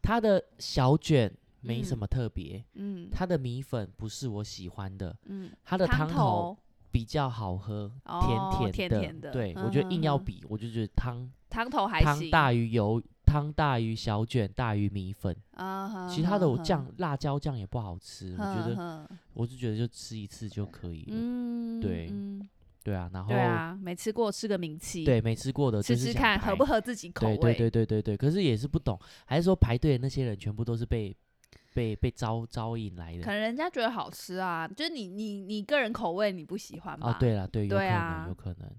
Speaker 1: 它的小卷没什
Speaker 2: 嗯
Speaker 1: 么特别，
Speaker 2: 嗯
Speaker 1: 它的米粉不是我喜欢的，
Speaker 2: 嗯，
Speaker 1: 它的汤头
Speaker 2: 头
Speaker 1: 比较好喝，
Speaker 2: 哦
Speaker 1: 甜
Speaker 2: 甜
Speaker 1: 的。
Speaker 2: 甜的
Speaker 1: 对，
Speaker 2: 嗯
Speaker 1: 我觉得硬要
Speaker 2: 哼哼
Speaker 1: 比，我就觉得汤
Speaker 2: 汤头还
Speaker 1: 汤
Speaker 2: 行，嗯
Speaker 1: 大于油汤大于小卷大于米粉，
Speaker 2: 啊哈
Speaker 1: 其他的我
Speaker 2: 哈
Speaker 1: 酱辣椒酱也不好吃，我
Speaker 2: 哈
Speaker 1: 觉得
Speaker 2: 哈
Speaker 1: 我就觉得就吃一次就可以了。
Speaker 2: 嗯，
Speaker 1: 对
Speaker 2: 嗯
Speaker 1: 对啊，然后
Speaker 2: 对啊，没吃过吃个名气，
Speaker 1: 对没吃过的就
Speaker 2: 吃
Speaker 1: 是
Speaker 2: 吃
Speaker 1: 想
Speaker 2: 看合
Speaker 1: 排
Speaker 2: 不合自己口
Speaker 1: 对对
Speaker 2: 味，
Speaker 1: 对对对对，可是也是不懂，还是说排队的那些人全部都是被被被招招引来
Speaker 2: 可
Speaker 1: 的？
Speaker 2: 能人家觉得好吃啊，就是你你你个人口味你不喜欢吧？
Speaker 1: 啊，对了，对，有可
Speaker 2: 对
Speaker 1: 能，
Speaker 2: 啊
Speaker 1: 有可能。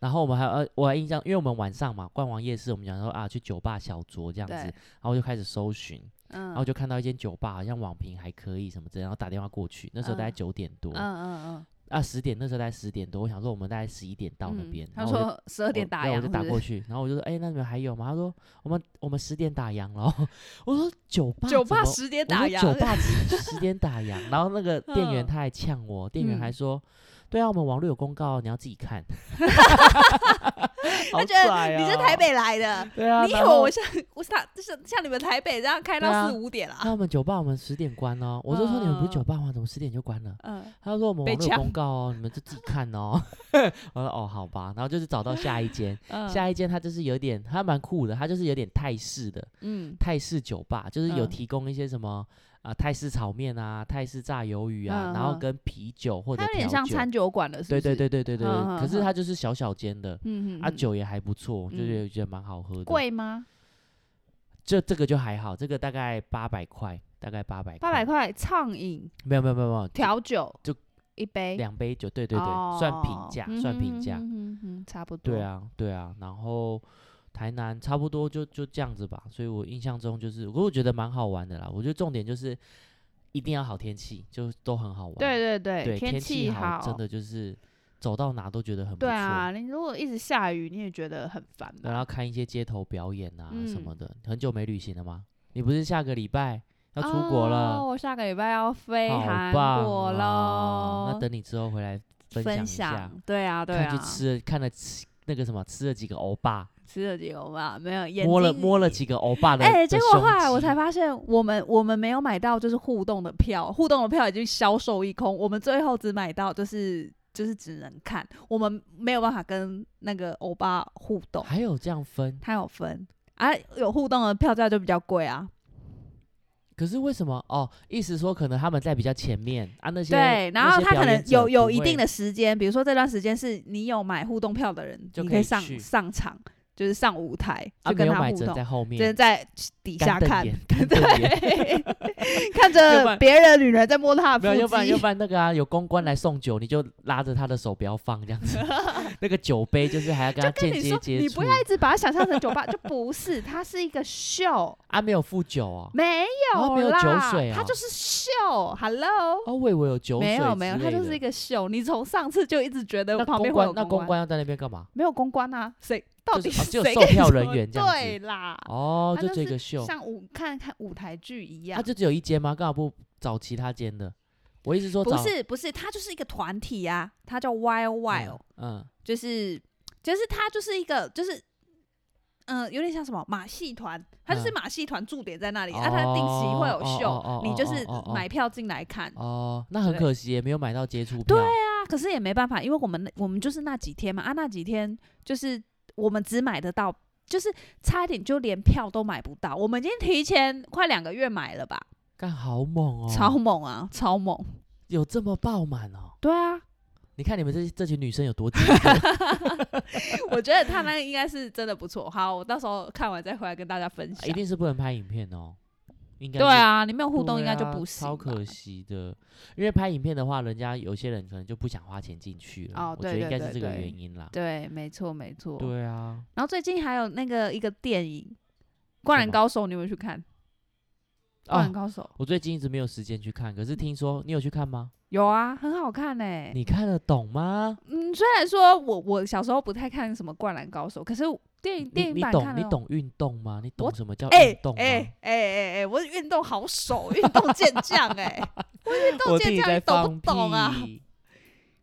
Speaker 1: 然后我们还有呃，我还印象，因为我们晚上嘛逛完夜市，我们讲说啊去酒吧小酌这样子，
Speaker 2: 对
Speaker 1: 然后我就开始搜寻，
Speaker 2: 嗯，
Speaker 1: 然后就看到一间酒吧好像网评还可以什么之类，然后打电话过去，那时候大概
Speaker 2: 嗯
Speaker 1: 九点多
Speaker 2: 嗯，嗯嗯，
Speaker 1: 啊十点那时候大概十点多，我想说我们大概十一点到那
Speaker 2: 嗯
Speaker 1: 边，
Speaker 2: 他
Speaker 1: 然后我就
Speaker 2: 说十二点
Speaker 1: 我
Speaker 2: 打
Speaker 1: 对
Speaker 2: 烊，
Speaker 1: 我就打
Speaker 2: 是不
Speaker 1: 过
Speaker 2: 是
Speaker 1: 去，然后我就说哎、那你们还有吗？他说我们我们十点打烊了，哦我说酒吧
Speaker 2: *laughs* 酒
Speaker 1: 怎
Speaker 2: 吧
Speaker 1: 么
Speaker 2: 十点
Speaker 1: 我说
Speaker 2: 打烊，
Speaker 1: 酒吧十十点打烊，然后那个店员
Speaker 2: 嗯
Speaker 1: 他还呛我，店员还
Speaker 2: 嗯
Speaker 1: 说，对啊，我们网络有公告，你要自己看。好
Speaker 2: *laughs* *laughs* 他觉
Speaker 1: 拽
Speaker 2: 得你是
Speaker 1: 哦
Speaker 2: 台，北来的，
Speaker 1: 对 *laughs* 啊，
Speaker 2: 你以
Speaker 1: 然
Speaker 2: 为我
Speaker 1: 后
Speaker 2: 像我是他就是像你们台北这样开
Speaker 1: 对啊
Speaker 2: 到四五点
Speaker 1: 那
Speaker 2: 啊？
Speaker 1: 我们酒吧我们十点关哦，我就说你们不是酒
Speaker 2: 嗯
Speaker 1: 吧吗？怎么十点就关了？
Speaker 2: 嗯，
Speaker 1: 他说我们
Speaker 2: 被
Speaker 1: 网络有
Speaker 2: 呛
Speaker 1: 公告哦，你们就自己看哦。 *laughs* 我说哦，好吧，然后就是找到下一间，
Speaker 2: 嗯
Speaker 1: 下一间它就是有点，它蛮酷的，它就是有点泰式的，
Speaker 2: 嗯
Speaker 1: 泰式酒吧，就是有
Speaker 2: 嗯
Speaker 1: 提供一些什么啊、呃泰式炒面啊、泰式炸鱿鱼啊，
Speaker 2: 嗯
Speaker 1: 然后
Speaker 2: 嗯
Speaker 1: 跟啤酒或者
Speaker 2: 它有点
Speaker 1: 调
Speaker 2: 像
Speaker 1: 酒
Speaker 2: 餐酒馆了，是不
Speaker 1: 对
Speaker 2: 是？
Speaker 1: 对对对对对，
Speaker 2: 嗯嗯
Speaker 1: 可是
Speaker 2: 嗯
Speaker 1: 它就是小小间的，
Speaker 2: 嗯，嗯嗯，
Speaker 1: 啊酒也还不错，就
Speaker 2: 嗯
Speaker 1: 是觉得蛮好喝的。，
Speaker 2: 贵吗？
Speaker 1: 这这个就还好，这个大概八百块，大概八百，
Speaker 2: 八百，块畅饮
Speaker 1: 没有没有没有没有，
Speaker 2: 调酒
Speaker 1: 嗯就
Speaker 2: 一杯，
Speaker 1: 两杯酒，对对对，算平
Speaker 2: 哦
Speaker 1: 价
Speaker 2: 嗯
Speaker 1: 算
Speaker 2: 哼
Speaker 1: 平
Speaker 2: 哼
Speaker 1: 价，
Speaker 2: 哼哼哼差不多。
Speaker 1: 对，啊对啊，然后。台南差不多就就这样子吧，所以我印象中就是，我觉得蛮好玩的啦。我觉得重点就是一定要好天气，就都很好玩。
Speaker 2: 对对对，
Speaker 1: 对，天
Speaker 2: 气
Speaker 1: 好，真的就是走到哪都觉得很不错。
Speaker 2: 对啊，你如果一直下雨，你也觉得很烦啊吧。
Speaker 1: 然后看一些街头表演啊什么
Speaker 2: 嗯
Speaker 1: 的。很久没旅行了吗？你不是下个礼拜要出国了？
Speaker 2: 哦，我下个礼拜要飞
Speaker 1: 好
Speaker 2: 韩
Speaker 1: 棒
Speaker 2: 国
Speaker 1: 哦！那
Speaker 2: 喽。
Speaker 1: 等你之后回来分享一
Speaker 2: 分
Speaker 1: 下，
Speaker 2: 享，对啊，对
Speaker 1: 看
Speaker 2: 啊
Speaker 1: 去，吃了看了吃那个什么，吃了几个欧巴，
Speaker 2: 吃了牛吧？没有，眼
Speaker 1: 摸了
Speaker 2: 睛
Speaker 1: 摸了。几个欧巴的。
Speaker 2: 哎、
Speaker 1: 的
Speaker 2: 结果后来
Speaker 1: 胸
Speaker 2: 我
Speaker 1: 肌
Speaker 2: 才发现，我们我们没有买到就是互动的票，互动的票已经销售一空，我们最后只买到就是就是只能看，我们没有办法跟那个欧巴互动。
Speaker 1: 还有这样分，
Speaker 2: 它有分啊，有互动的票价就比较贵啊。
Speaker 1: 可是为什么？哦，意思说可能他们在比较前面啊，那些
Speaker 2: 对，然
Speaker 1: 那
Speaker 2: 后
Speaker 1: 些
Speaker 2: 它
Speaker 1: 表
Speaker 2: 可能
Speaker 1: 演者
Speaker 2: 有有
Speaker 1: 不
Speaker 2: 一定
Speaker 1: 会
Speaker 2: 的时间，比如说这段时间是你有买互动票的人，
Speaker 1: 就
Speaker 2: 你
Speaker 1: 可
Speaker 2: 可以
Speaker 1: 以
Speaker 2: 上
Speaker 1: 去
Speaker 2: 上场，就是上舞台，
Speaker 1: 啊，没
Speaker 2: 就跟
Speaker 1: 有
Speaker 2: 他
Speaker 1: 买
Speaker 2: 互
Speaker 1: 只能在
Speaker 2: 动，
Speaker 1: 后
Speaker 2: 只能
Speaker 1: 面
Speaker 2: 在底
Speaker 1: 干
Speaker 2: 下
Speaker 1: 瞪
Speaker 2: 看，
Speaker 1: 眼， *laughs* 干瞪眼。
Speaker 2: 看
Speaker 1: *laughs* 要不
Speaker 2: 着
Speaker 1: 然
Speaker 2: 别人的女人在摸她
Speaker 1: 没有，
Speaker 2: 的
Speaker 1: 要不
Speaker 2: 腹
Speaker 1: 然要
Speaker 2: 肌。
Speaker 1: 不然那个啊，有公关来送酒，你就拉着他的手不要放这样
Speaker 2: *laughs*
Speaker 1: 子，那个酒杯就是还要跟他
Speaker 2: 跟
Speaker 1: 间
Speaker 2: 你
Speaker 1: 接
Speaker 2: 说，
Speaker 1: 接
Speaker 2: 你
Speaker 1: 触
Speaker 2: 不。要一直把它想象成酒吧，就不是，它是一个秀，
Speaker 1: 啊，没有付酒哦，
Speaker 2: 没
Speaker 1: 哦没有
Speaker 2: 啦，
Speaker 1: 酒水
Speaker 2: 它
Speaker 1: 哦
Speaker 2: 就是秀，Hello，
Speaker 1: 哦，我以为有酒水
Speaker 2: 没
Speaker 1: 之类的，
Speaker 2: 有没有，它就是一个秀。你从上次就一直觉得
Speaker 1: 那
Speaker 2: 旁
Speaker 1: 公
Speaker 2: 边会
Speaker 1: 关
Speaker 2: 有
Speaker 1: 那
Speaker 2: 公
Speaker 1: 公关要在那边干嘛？
Speaker 2: 没有公关啊，谁到底
Speaker 1: 就是哦只有
Speaker 2: 谁
Speaker 1: 售
Speaker 2: 跟你
Speaker 1: 票
Speaker 2: 说
Speaker 1: 人员这样子
Speaker 2: 对啦，
Speaker 1: 哦，
Speaker 2: 它
Speaker 1: 就
Speaker 2: 就
Speaker 1: 这
Speaker 2: 是
Speaker 1: 个秀，
Speaker 2: 像舞看看舞台剧一
Speaker 1: 啊，
Speaker 2: 样。
Speaker 1: 就只有一间吗？干嘛不找其他间的？我一直说
Speaker 2: 不
Speaker 1: 找
Speaker 2: 是不是，它就是一个团体啊，它叫 Wild
Speaker 1: 嗯
Speaker 2: Wild，、
Speaker 1: 嗯，
Speaker 2: 就是就是它就是一个就是。嗯、有点像什么马戏团，它就是
Speaker 1: 嗯
Speaker 2: 马戏团驻点在那里，啊，它定期会有秀，
Speaker 1: 哦
Speaker 2: 你就是
Speaker 1: 哦哦哦哦
Speaker 2: 买票进来看
Speaker 1: 哦，那很
Speaker 2: 对
Speaker 1: 可惜也没有买到接触票
Speaker 2: 对，啊。可是也没办法，因为我们那我们就是那几天嘛，啊，那几天就是我们只买得到，就是差一点就连票都买不到。我们已经提前快两个月买了吧，
Speaker 1: 干好猛哦，
Speaker 2: 超猛啊，超猛！
Speaker 1: 有这么爆满哦。
Speaker 2: 对啊，
Speaker 1: 你看你们这这群女生有多激动，
Speaker 2: *laughs*
Speaker 1: *laughs*
Speaker 2: 我觉得他那个应该是真的不错。好，我到时候看完再回来跟大家分享。
Speaker 1: 啊一定是不能拍影片哦。应该
Speaker 2: 对
Speaker 1: 是，
Speaker 2: 啊，你没有互动
Speaker 1: 对
Speaker 2: 应该就
Speaker 1: 啊
Speaker 2: 不行吧、
Speaker 1: 超可惜的。因为拍影片的话，人家有些人可能就不想花钱进去了。
Speaker 2: 哦
Speaker 1: 我
Speaker 2: 对
Speaker 1: 觉得应
Speaker 2: 对
Speaker 1: 该
Speaker 2: 对
Speaker 1: 是这个
Speaker 2: 对
Speaker 1: 原因啦。
Speaker 2: 对，没错没错。
Speaker 1: 对啊，
Speaker 2: 然后最近还有那个一个电影《灌
Speaker 1: 什
Speaker 2: 篮
Speaker 1: 么
Speaker 2: 高手》，你有没有去看？《灌篮
Speaker 1: 哦，
Speaker 2: 高手》
Speaker 1: 我最近一直没有时间去看，可是听说你有去看吗？
Speaker 2: 有啊，很好看哎、
Speaker 1: 你看得懂吗？
Speaker 2: 嗯，虽然说我我小时候不太看什么《灌篮高手》，可是电影电
Speaker 1: 你
Speaker 2: 影
Speaker 1: 你
Speaker 2: 版
Speaker 1: 懂
Speaker 2: 看
Speaker 1: 你
Speaker 2: 了。
Speaker 1: 懂运动吗？你懂
Speaker 2: 我
Speaker 1: 什么叫运
Speaker 2: 哎
Speaker 1: 动吗？
Speaker 2: 哎哎哎哎！我运动好手，运动健将哎、 *laughs* 运动
Speaker 1: 我弟
Speaker 2: 健
Speaker 1: 弟
Speaker 2: 将
Speaker 1: 在
Speaker 2: 你懂
Speaker 1: 放
Speaker 2: 不懂啊？
Speaker 1: 屁。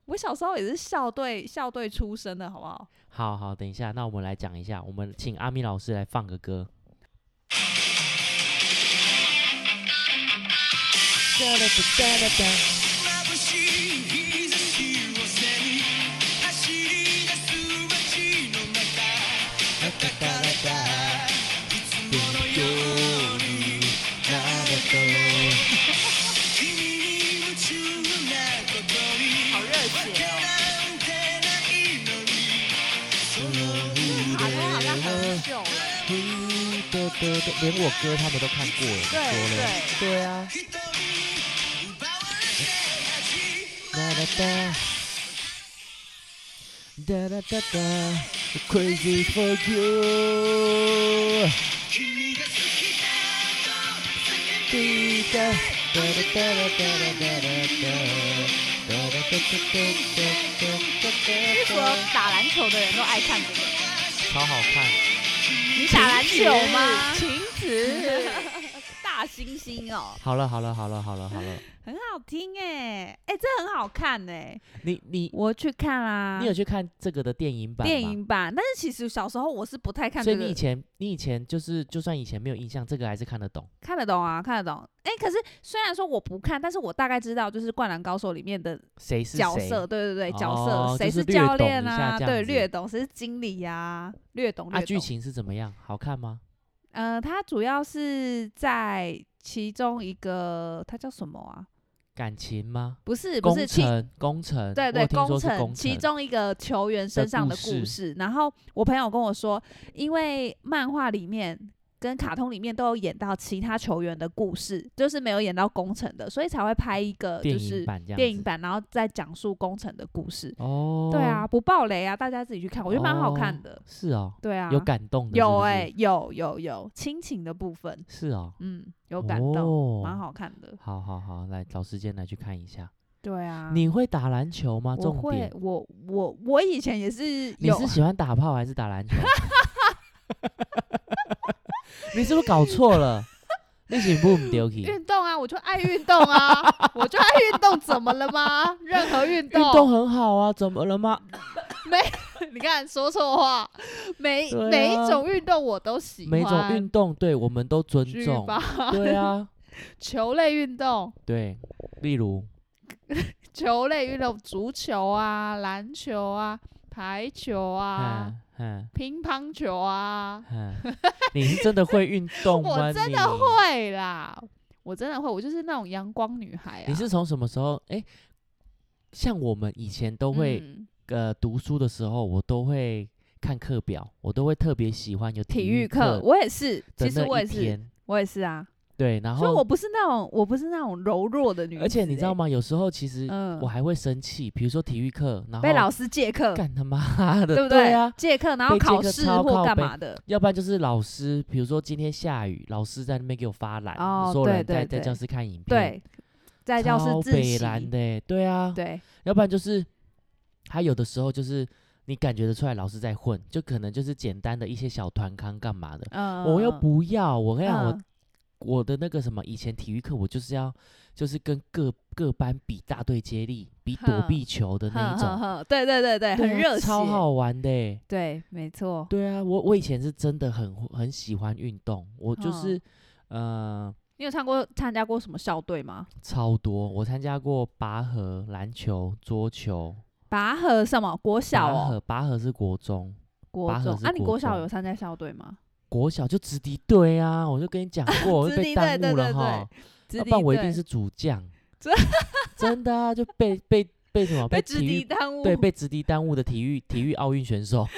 Speaker 2: 我小时候也是校队校队出身的，好不好？
Speaker 1: 好好，等一下，那我们来讲一下，我们请阿咪老师来放个歌。
Speaker 3: 眩しい日差しを背に走り出す街の中いつも
Speaker 2: 哦
Speaker 1: 歌都连我哥他们都看过了，你
Speaker 2: 对
Speaker 1: 说嘞？
Speaker 2: 对，
Speaker 1: 对啊，哒哒哒。哒哒哒哒，Crazy for you，滴答哒哒哒哒哒哒哒哒哒哒哒
Speaker 2: 就是
Speaker 1: 哒哒
Speaker 2: 所有
Speaker 1: 哒哒，
Speaker 2: 打篮球的人都爱看这个。
Speaker 1: 超好看。
Speaker 2: 你打篮球吗？
Speaker 1: 晴
Speaker 2: 子， *laughs* 大猩猩哦，
Speaker 1: 好了好了好了好了好了，
Speaker 2: 很好听哎，哎，这很好看哎，
Speaker 1: 你你
Speaker 2: 我去看啦
Speaker 1: 你有去看这个的电影版吗？
Speaker 2: 啊电影版，但是其实小时候我是不太看
Speaker 1: 所
Speaker 2: 这
Speaker 1: 以你
Speaker 2: 个
Speaker 1: 以，前你以前就是就算以前没有印象，这个还是看得懂。
Speaker 2: 看得懂啊，看得懂。哎，可是虽然说我不看，但是我大概知道就是《灌篮高手》里面的
Speaker 1: 谁是
Speaker 2: 角
Speaker 1: 谁
Speaker 2: 色，对对对，角
Speaker 1: 哦
Speaker 2: 色谁
Speaker 1: 就是是略懂
Speaker 2: 教
Speaker 1: 一
Speaker 2: 练
Speaker 1: 下
Speaker 2: 啊，
Speaker 1: 这样
Speaker 2: 对，
Speaker 1: 子
Speaker 2: 略懂谁是经理呀，略懂
Speaker 1: 啊？
Speaker 2: 略
Speaker 1: 剧
Speaker 2: 懂。
Speaker 1: 情是怎么样？好看吗？
Speaker 2: 呃，他主要是在其中一个，他叫什么啊？
Speaker 1: 感情吗？
Speaker 2: 不是不
Speaker 1: 工
Speaker 2: 是，其
Speaker 1: 程工程，
Speaker 2: 对
Speaker 1: 我
Speaker 2: 对
Speaker 1: 有听说是
Speaker 2: 程
Speaker 1: 工
Speaker 2: 其中一个球员身
Speaker 1: 的
Speaker 2: 上
Speaker 1: 故
Speaker 2: 的故
Speaker 1: 事
Speaker 2: 事。然后我朋友跟我说，因为漫画里面跟卡通里面都有演到其他球员的故事，就是没有演到工程的，所以才会拍一个就
Speaker 1: 电
Speaker 2: 是
Speaker 1: 影版这样子。
Speaker 2: 电影版，然后再讲述工程的故事。
Speaker 1: 哦，
Speaker 2: 对啊，，不爆雷啊，大家自己去看，我觉得蛮好看
Speaker 1: 哦
Speaker 2: 的。
Speaker 1: 是哦，
Speaker 2: 对啊，
Speaker 1: 有感动的，
Speaker 2: 有
Speaker 1: 哎、
Speaker 2: 哎、有有有亲情的部分，
Speaker 1: 是哦，
Speaker 2: 嗯，有感动，
Speaker 1: 哦
Speaker 2: 蛮。好看的。
Speaker 1: 好好好，来找时间来去看一下。
Speaker 2: 对啊，
Speaker 1: 你会打篮球吗？
Speaker 2: 我
Speaker 1: 重
Speaker 2: 会
Speaker 1: 点，，
Speaker 2: 我我我以前也是
Speaker 1: 你
Speaker 2: 有
Speaker 1: 是喜欢打炮还是打篮
Speaker 2: *laughs*
Speaker 1: 球？你是不是搞错了？ *laughs* 你是不唔丢去？
Speaker 2: 运动啊，我就爱运动
Speaker 1: *laughs*
Speaker 2: 啊，我就爱运动，怎么了吗？任何运
Speaker 1: 运
Speaker 2: 动，
Speaker 1: 动很好啊，怎么了吗？
Speaker 2: *laughs* 你看说错话，每、
Speaker 1: 对啊
Speaker 2: 每一种运动我都喜欢，
Speaker 1: 每种运动对我们都尊
Speaker 2: 举
Speaker 1: 重，
Speaker 2: 吧，
Speaker 1: 对
Speaker 2: *laughs*
Speaker 1: 啊，
Speaker 2: 球类运动、
Speaker 1: 对，例如
Speaker 2: 球类运动，足球啊、篮球啊、排球啊、
Speaker 1: 嗯嗯
Speaker 2: 乒乓球啊， *laughs*
Speaker 1: 嗯，你是真的会运动吗？
Speaker 2: 我真
Speaker 1: 你
Speaker 2: 的会啊啦，我真的会，我就是那种阳光女孩啊。
Speaker 1: 你是从什么时候？哎、像我们以前都会、
Speaker 2: 嗯
Speaker 1: 呃读书的时候，我都会看课表，我都会特别喜欢有
Speaker 2: 体育
Speaker 1: 育
Speaker 2: 课，
Speaker 1: 的
Speaker 2: 我也是，其实
Speaker 1: 那
Speaker 2: 我
Speaker 1: 一
Speaker 2: 也是，
Speaker 1: 天
Speaker 2: 我也是啊。
Speaker 1: 对，然
Speaker 2: 所以我
Speaker 1: 后
Speaker 2: 不是那种，我不是那种柔弱的女子欸。
Speaker 1: 而且你知道吗？有时候其实
Speaker 2: 嗯
Speaker 1: 我还会生气，比如说体育课，然后
Speaker 2: 被老师借课，
Speaker 1: 干他妈的，
Speaker 2: 对不
Speaker 1: 啊，
Speaker 2: 借课然后
Speaker 1: 被借
Speaker 2: 考
Speaker 1: 课
Speaker 2: 试
Speaker 1: 超
Speaker 2: 或
Speaker 1: 靠
Speaker 2: 干
Speaker 1: 背
Speaker 2: 嘛的，
Speaker 1: 要不然就是老师，比如说今天下雨，老师在那边给我发懒，
Speaker 2: 哦
Speaker 1: 所有人
Speaker 2: 对
Speaker 1: 在
Speaker 2: 对
Speaker 1: 在教室看影片，
Speaker 2: 对，在教室
Speaker 1: 超
Speaker 2: 自
Speaker 1: 北
Speaker 2: 习，
Speaker 1: 蓝的欸，对啊，
Speaker 2: 对，
Speaker 1: 要不然就是他有的时候就是你感觉得出来老师在混，就可能就是简单的一些小团康干嘛的，
Speaker 2: 嗯，
Speaker 1: 我又不要，我跟你讲，我
Speaker 2: 嗯
Speaker 1: 我的那个什么以前体育课我就是要就是跟各各班比大队接力，比躲
Speaker 2: 哼
Speaker 1: 避球的那
Speaker 2: 哼
Speaker 1: 一
Speaker 2: *laughs* 哼
Speaker 1: 种，
Speaker 2: 哼对对对对，
Speaker 1: 对
Speaker 2: 很
Speaker 1: 啊
Speaker 2: 嗯热血，
Speaker 1: 超好玩的欸。
Speaker 2: 对，没错，
Speaker 1: 对啊，我我以前是真的很很喜欢运动，我就
Speaker 2: 嗯
Speaker 1: 是、呃
Speaker 2: 你有参过参加过什么校队吗？
Speaker 1: 超多，我参加过拔河、篮球、桌球。
Speaker 2: 拔河什么国小
Speaker 1: 拔
Speaker 2: 哦，
Speaker 1: 河拔河是国中，
Speaker 2: 国
Speaker 1: 拔河
Speaker 2: 中
Speaker 1: 是
Speaker 2: 啊，你
Speaker 1: 国
Speaker 2: 国小
Speaker 1: 中
Speaker 2: 有参加校队吗？
Speaker 1: 国小就直敌队啊，我就跟你
Speaker 2: *laughs*
Speaker 1: 讲过，我
Speaker 2: 直
Speaker 1: 就
Speaker 2: 敌
Speaker 1: 被
Speaker 2: 队
Speaker 1: 耽
Speaker 2: 对
Speaker 1: 误
Speaker 2: 对
Speaker 1: 了
Speaker 2: 对
Speaker 1: 哈，
Speaker 2: 直
Speaker 1: 要呃
Speaker 2: 敌
Speaker 1: 不然我一
Speaker 2: 队
Speaker 1: 定是主将
Speaker 2: 真，
Speaker 1: 真的啊，就被被被什么
Speaker 2: *laughs* 被直
Speaker 1: 体
Speaker 2: 敌
Speaker 1: 育
Speaker 2: 耽误，
Speaker 1: 对被直敌耽误的体育体育奥运选手。 *laughs*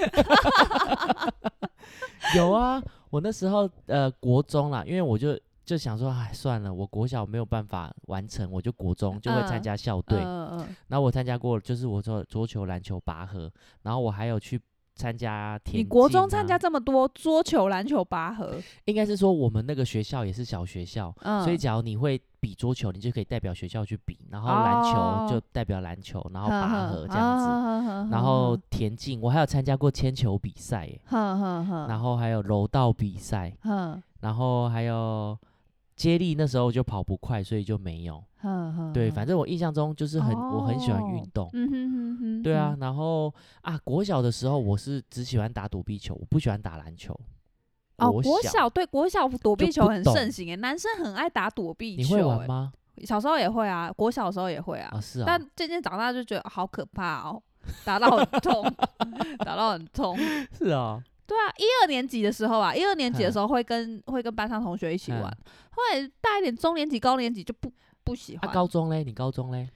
Speaker 1: 有啊，我那时候呃国中啦，因为我就就想说，哎，算了，我国小没有办法完成，我就国中就会参
Speaker 2: 嗯
Speaker 1: 加校队。
Speaker 2: 嗯嗯嗯
Speaker 1: 然后我参加过，就是我说桌球、篮球、拔河，然后我还有去参加田、啊
Speaker 2: 你国中参加，这么多桌球、篮球、拔河，
Speaker 1: 应该是说我们那个学校也是小学校，
Speaker 2: 嗯，
Speaker 1: 所以假如你会比桌球，你就可以代表学校去比，然后篮
Speaker 2: 哦
Speaker 1: 球就代表篮球，然后
Speaker 2: 哼
Speaker 1: 拔
Speaker 2: 哼
Speaker 1: 河这样子，
Speaker 2: 啊哼哼
Speaker 1: 然后
Speaker 2: 哼
Speaker 1: 田径，我还有参加过铅球比赛耶，
Speaker 2: 哼哼哼，
Speaker 1: 然后还有柔道比赛，
Speaker 2: 哼
Speaker 1: 然后还有接力，那时候就跑不快，所以就没有。
Speaker 2: 哼哼，
Speaker 1: 对，
Speaker 2: 哼
Speaker 1: 反正我印象中就是很，我很喜欢运
Speaker 2: 嗯哦
Speaker 1: 动。
Speaker 2: 嗯哼哼哼，
Speaker 1: 对啊
Speaker 2: 哼，，
Speaker 1: 然后啊，国小的时候我是只喜欢打躲避球，我不喜欢打篮球。
Speaker 2: 哦，国小对国小躲避
Speaker 1: 就
Speaker 2: 球
Speaker 1: 不
Speaker 2: 很
Speaker 1: 懂
Speaker 2: 盛行诶，欸男生很爱打躲避球，欸
Speaker 1: 你会玩？吗？
Speaker 2: 小时候也会啊，国小的时候也会啊
Speaker 1: 啊，，是啊，
Speaker 2: 但渐渐长大就觉得好可怕哦，打到很痛， *laughs* 打到很痛。
Speaker 1: 是啊，
Speaker 2: 对啊，一二年级的时候啊，一二年级的时候会跟会跟班上同学一起玩，
Speaker 1: 嗯
Speaker 2: 后来大一点，中年级、高年级就不不喜欢。
Speaker 1: 啊，高中嘞，你高中嘞，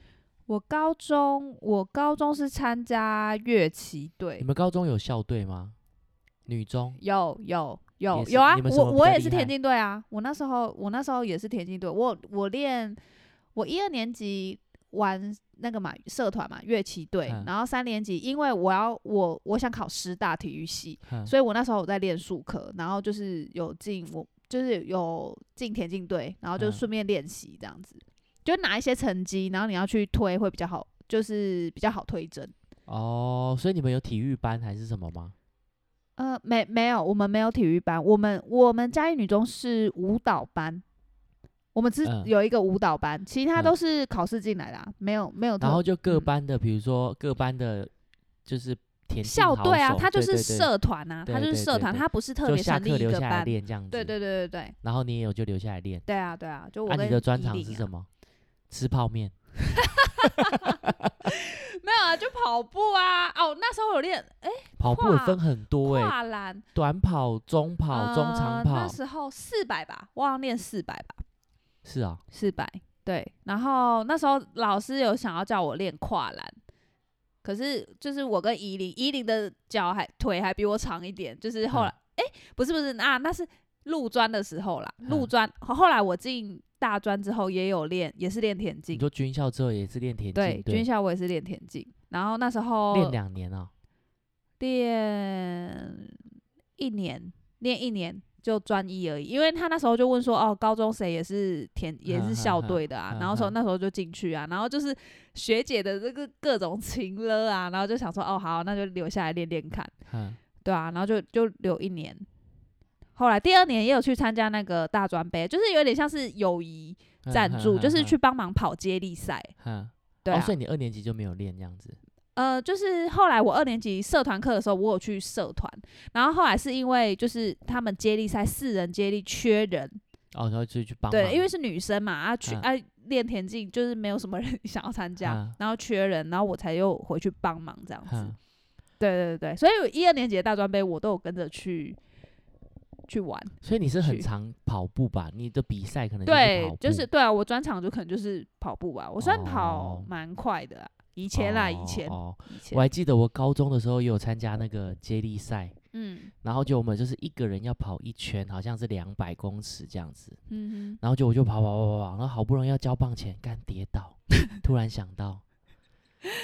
Speaker 2: 我高中，我高中是参加乐器
Speaker 1: 你
Speaker 2: 队，
Speaker 1: 们高中有校队吗？女中
Speaker 2: 有有有
Speaker 1: 也是
Speaker 2: 有啊
Speaker 1: 你，们什
Speaker 2: 我
Speaker 1: 么比
Speaker 2: 我
Speaker 1: 较
Speaker 2: 也
Speaker 1: 厉
Speaker 2: 是
Speaker 1: 害
Speaker 2: 田径队啊，我那时候我那时候也是田径队，我我练我一二年级玩那个嘛社团嘛乐器队，
Speaker 1: 嗯
Speaker 2: 然后三年级因为我要我我想考师大体育系，
Speaker 1: 哼
Speaker 2: 所以我那时候我在练数科，然后就是有进我就是有进田径队，然后就
Speaker 1: 嗯
Speaker 2: 顺便练习这样子，就拿一些成绩，然后你要去推会比较好，就是比较好推甄。
Speaker 1: 哦，所以你们有体育班还是什么吗？
Speaker 2: 呃，没没有，我们没有体育班，我们我们嘉义女中是舞蹈班，我们只
Speaker 1: 嗯
Speaker 2: 有一个舞蹈班，其他
Speaker 1: 嗯
Speaker 2: 都是考试进来的、啊，没有没有特。
Speaker 1: 然后就各
Speaker 2: 嗯
Speaker 1: 班的，比如说各班的，就是田径
Speaker 2: 校
Speaker 1: 好
Speaker 2: 队啊，
Speaker 1: 手
Speaker 2: 它就
Speaker 1: 对
Speaker 2: 是
Speaker 1: 对对
Speaker 2: 社团啊，
Speaker 1: 对
Speaker 2: 它就
Speaker 1: 对
Speaker 2: 是社
Speaker 1: 对
Speaker 2: 团，
Speaker 1: 对
Speaker 2: 它不是特
Speaker 1: 就
Speaker 2: 别
Speaker 1: 下
Speaker 2: 成立
Speaker 1: 课
Speaker 2: 一
Speaker 1: 留
Speaker 2: 个
Speaker 1: 下来
Speaker 2: 班。
Speaker 1: 练这样子。
Speaker 2: 对对对对对
Speaker 1: 然后你也有就留下来练。
Speaker 2: 对啊对啊，就我
Speaker 1: 啊，
Speaker 2: 跟
Speaker 1: 你的专长
Speaker 2: 依
Speaker 1: 是
Speaker 2: 琳啊
Speaker 1: 什么？吃泡面。
Speaker 2: 没有啊，就跑步啊。哦，那时候有练哎
Speaker 1: 跑步也
Speaker 2: 跨
Speaker 1: 分很多哎、
Speaker 2: 跨栏、
Speaker 1: 短跑、中跑、中长
Speaker 2: 呃
Speaker 1: 跑
Speaker 2: 那。时候四百吧，我好像练四百吧，
Speaker 1: 是啊，
Speaker 2: 四百。对，然后那时候老师有想要叫我练跨栏，可是就是我跟依琳，依琳的脚还腿还比我长一点，就是后
Speaker 1: 嗯
Speaker 2: 来哎、不是不是啊，那是陆专的时候啦，陆
Speaker 1: 嗯
Speaker 2: 专、后来我进大专之后也有练，也是练田
Speaker 1: 你
Speaker 2: 径，
Speaker 1: 说军校之后也是练田
Speaker 2: 对
Speaker 1: 径，，
Speaker 2: 军
Speaker 1: 对，
Speaker 2: 校我也是练田径，然后那时候
Speaker 1: 练两年啊、
Speaker 2: 练一年，练一年就专一而已。因为他那时候就问说，哦，高中谁也是田也
Speaker 1: 哼
Speaker 2: 是校
Speaker 1: 哼
Speaker 2: 队的啊，
Speaker 1: 哼
Speaker 2: 然后说
Speaker 1: 哼
Speaker 2: 那时候就进去啊，然后就是学姐的这个各种情了啊，然后就想说，哦，好，那就留下来练练看，
Speaker 1: 嗯，
Speaker 2: 对啊，然后就就留一年。后来第二年也有去参加那个大专杯，就是有点像是友谊
Speaker 1: 哼
Speaker 2: 赞助，就是。去
Speaker 1: 哼
Speaker 2: 帮忙跑接力赛。
Speaker 1: 哼哼
Speaker 2: 对、
Speaker 1: 哦，
Speaker 2: 啊
Speaker 1: 所以你二年级就没有练这样子。
Speaker 2: 呃，就是后来我二年级社团课的时候，我有去社团，然后后来是因为就是他们接力赛四人接力缺人，
Speaker 1: 哦，然后就去帮忙。
Speaker 2: 对，因为是女生嘛，啊去
Speaker 1: 嗯
Speaker 2: 啊练田径就是没有什么人 *laughs* 想要参加，
Speaker 1: 嗯
Speaker 2: 然后缺人，然后我才又回去帮忙这样子。
Speaker 1: 哼
Speaker 2: 对对对对，所以我一二年级的大专杯我都有跟着去去玩，
Speaker 1: 所以你是很
Speaker 2: 去
Speaker 1: 常跑步吧？你的比赛可能就是
Speaker 2: 对
Speaker 1: 跑，
Speaker 2: 就
Speaker 1: 步
Speaker 2: 是对啊，我专场就可能就是跑步吧，我算跑
Speaker 1: 哦
Speaker 2: 蛮快的、啊，以前啦，以
Speaker 1: 哦
Speaker 2: 前
Speaker 1: 哦，
Speaker 2: 以
Speaker 1: 我
Speaker 2: 前，
Speaker 1: 还记得我高中的时候也有参加那个接力赛，
Speaker 2: 嗯
Speaker 1: 然后就我们就是一个人要跑一圈，好像是两百公尺这样子，
Speaker 2: 嗯哼，
Speaker 1: 然后就我就跑跑跑跑跑，然后好不容易要交棒前，干跌倒， *laughs* 突然想到，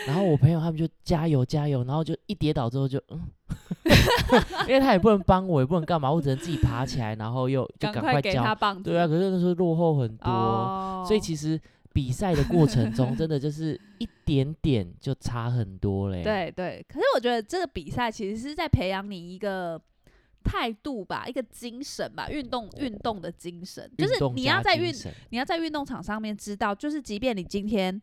Speaker 1: 然后我朋友他们就加油加油，然后就一跌倒之后就嗯， *laughs* 因为他也不能帮我，也不能干嘛，我只能自己爬起来，然后又就
Speaker 2: 赶
Speaker 1: 赶快
Speaker 2: 给
Speaker 1: 交
Speaker 2: 他，棒子，
Speaker 1: 对啊，可是那时候落后很多，
Speaker 2: 哦，
Speaker 1: 所以其实比赛的过程中，真的就是一点点就差很多嘞。，
Speaker 2: 哦对对，可是我觉得这个比赛其实是在培养你一个态度吧，一个精神吧，运动运动的精神，就
Speaker 1: 运
Speaker 2: 是
Speaker 1: 动
Speaker 2: 你
Speaker 1: 加
Speaker 2: 要在
Speaker 1: 精
Speaker 2: 运
Speaker 1: 神
Speaker 2: 你要在运动场上面知道，就是即便你今天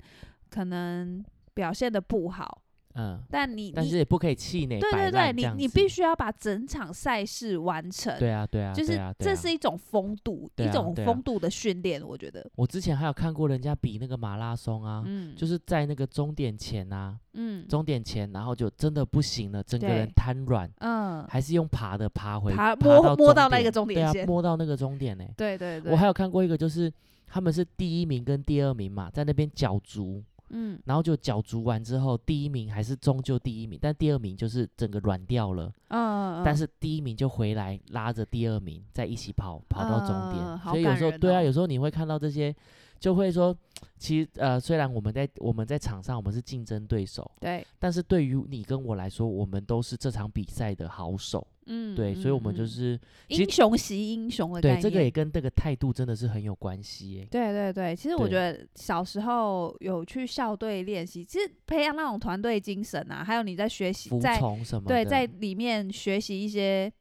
Speaker 2: 可能表现的不好，
Speaker 1: 嗯，
Speaker 2: 但你
Speaker 1: 但是
Speaker 2: 你
Speaker 1: 也不可以气馁，
Speaker 2: 对
Speaker 1: 摆
Speaker 2: 对对，
Speaker 1: 烂这
Speaker 2: 你
Speaker 1: 样
Speaker 2: 你
Speaker 1: 子
Speaker 2: 必须要把整场赛事完成。
Speaker 1: 对啊对啊，
Speaker 2: 就
Speaker 1: 对
Speaker 2: 是
Speaker 1: 啊对
Speaker 2: 这
Speaker 1: 啊
Speaker 2: 是一种风度，
Speaker 1: 对
Speaker 2: 一
Speaker 1: 啊
Speaker 2: 种
Speaker 1: 对啊
Speaker 2: 风度的训练，我觉得。
Speaker 1: 我之前还有看过人家比那个马拉松啊，
Speaker 2: 嗯，
Speaker 1: 就是在那个终点前啊，
Speaker 2: 嗯
Speaker 1: 终点前，然后就真的不行了，整个人
Speaker 2: 对
Speaker 1: 瘫软，
Speaker 2: 嗯，
Speaker 1: 还是用爬的爬回
Speaker 2: 爬
Speaker 1: 爬
Speaker 2: 摸
Speaker 1: 到
Speaker 2: 摸到那个终
Speaker 1: 对
Speaker 2: 点
Speaker 1: 啊
Speaker 2: 线，
Speaker 1: 摸到那个终点呢。
Speaker 2: 对对对，
Speaker 1: 我还有看过一个，就是他们是第一名跟第二名嘛，在那边角逐，
Speaker 2: 嗯
Speaker 1: 然后就角逐完之后，第一名还是终究第一名，但第二名就是整个软掉了，
Speaker 2: 嗯，
Speaker 1: 但是第一名就回来拉着第二名在一起跑，跑到终点。
Speaker 2: 嗯好
Speaker 1: 所以有
Speaker 2: 感
Speaker 1: 时候
Speaker 2: 人
Speaker 1: 对啊，
Speaker 2: 哦
Speaker 1: 有时候你会看到这些，就会说，其实呃，虽然我们在我们在场上我们是竞争对手，
Speaker 2: 对，
Speaker 1: 但是对于你跟我来说，我们都是这场比赛的好手，
Speaker 2: 嗯，
Speaker 1: 对，所以我们就
Speaker 2: 嗯
Speaker 1: 是其实
Speaker 2: 英雄惜英雄的概
Speaker 1: 对
Speaker 2: 念。
Speaker 1: 这个也跟这个态度真的是很有关系耶。
Speaker 2: 对对对，其实我
Speaker 1: 对
Speaker 2: 觉得小时候有去校队练习，其实培养那种团队精神啊，还有你在学习
Speaker 1: 服
Speaker 2: 在
Speaker 1: 从什么
Speaker 2: 对
Speaker 1: 的
Speaker 2: 在里面学习一些，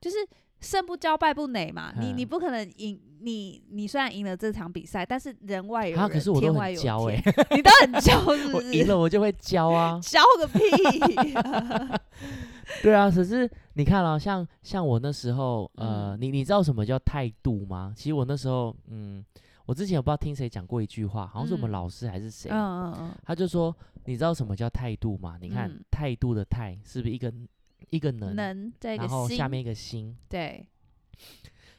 Speaker 2: 就是胜不骄败不馁嘛。你你
Speaker 1: 嗯
Speaker 2: 不可能赢，你你虽然赢了这场比赛，但是人外有
Speaker 1: 啊，
Speaker 2: 人，
Speaker 1: 可是我都
Speaker 2: 天
Speaker 1: 很
Speaker 2: 外有
Speaker 1: 骄哎、
Speaker 2: 天，你都很
Speaker 1: *laughs*
Speaker 2: 骄，是不
Speaker 1: 我
Speaker 2: 是？ *laughs*
Speaker 1: 赢了我就会骄啊。
Speaker 2: 骄个
Speaker 1: *laughs*
Speaker 2: 屁
Speaker 1: 对啊，可是你看啊，像像我那时候，呃，
Speaker 2: 嗯
Speaker 1: 你你知道什么叫态度吗？其实我那时候，嗯，我之前我不知道听谁讲过一句话，好像是我们
Speaker 2: 嗯
Speaker 1: 老师还是谁，
Speaker 2: 嗯嗯嗯，
Speaker 1: 他就说，你知道什么叫态度吗？你看、
Speaker 2: 嗯
Speaker 1: 态度的态是不是一个一个能，
Speaker 2: 能这个
Speaker 1: 然后
Speaker 2: 心，
Speaker 1: 下面一个心，
Speaker 2: 对，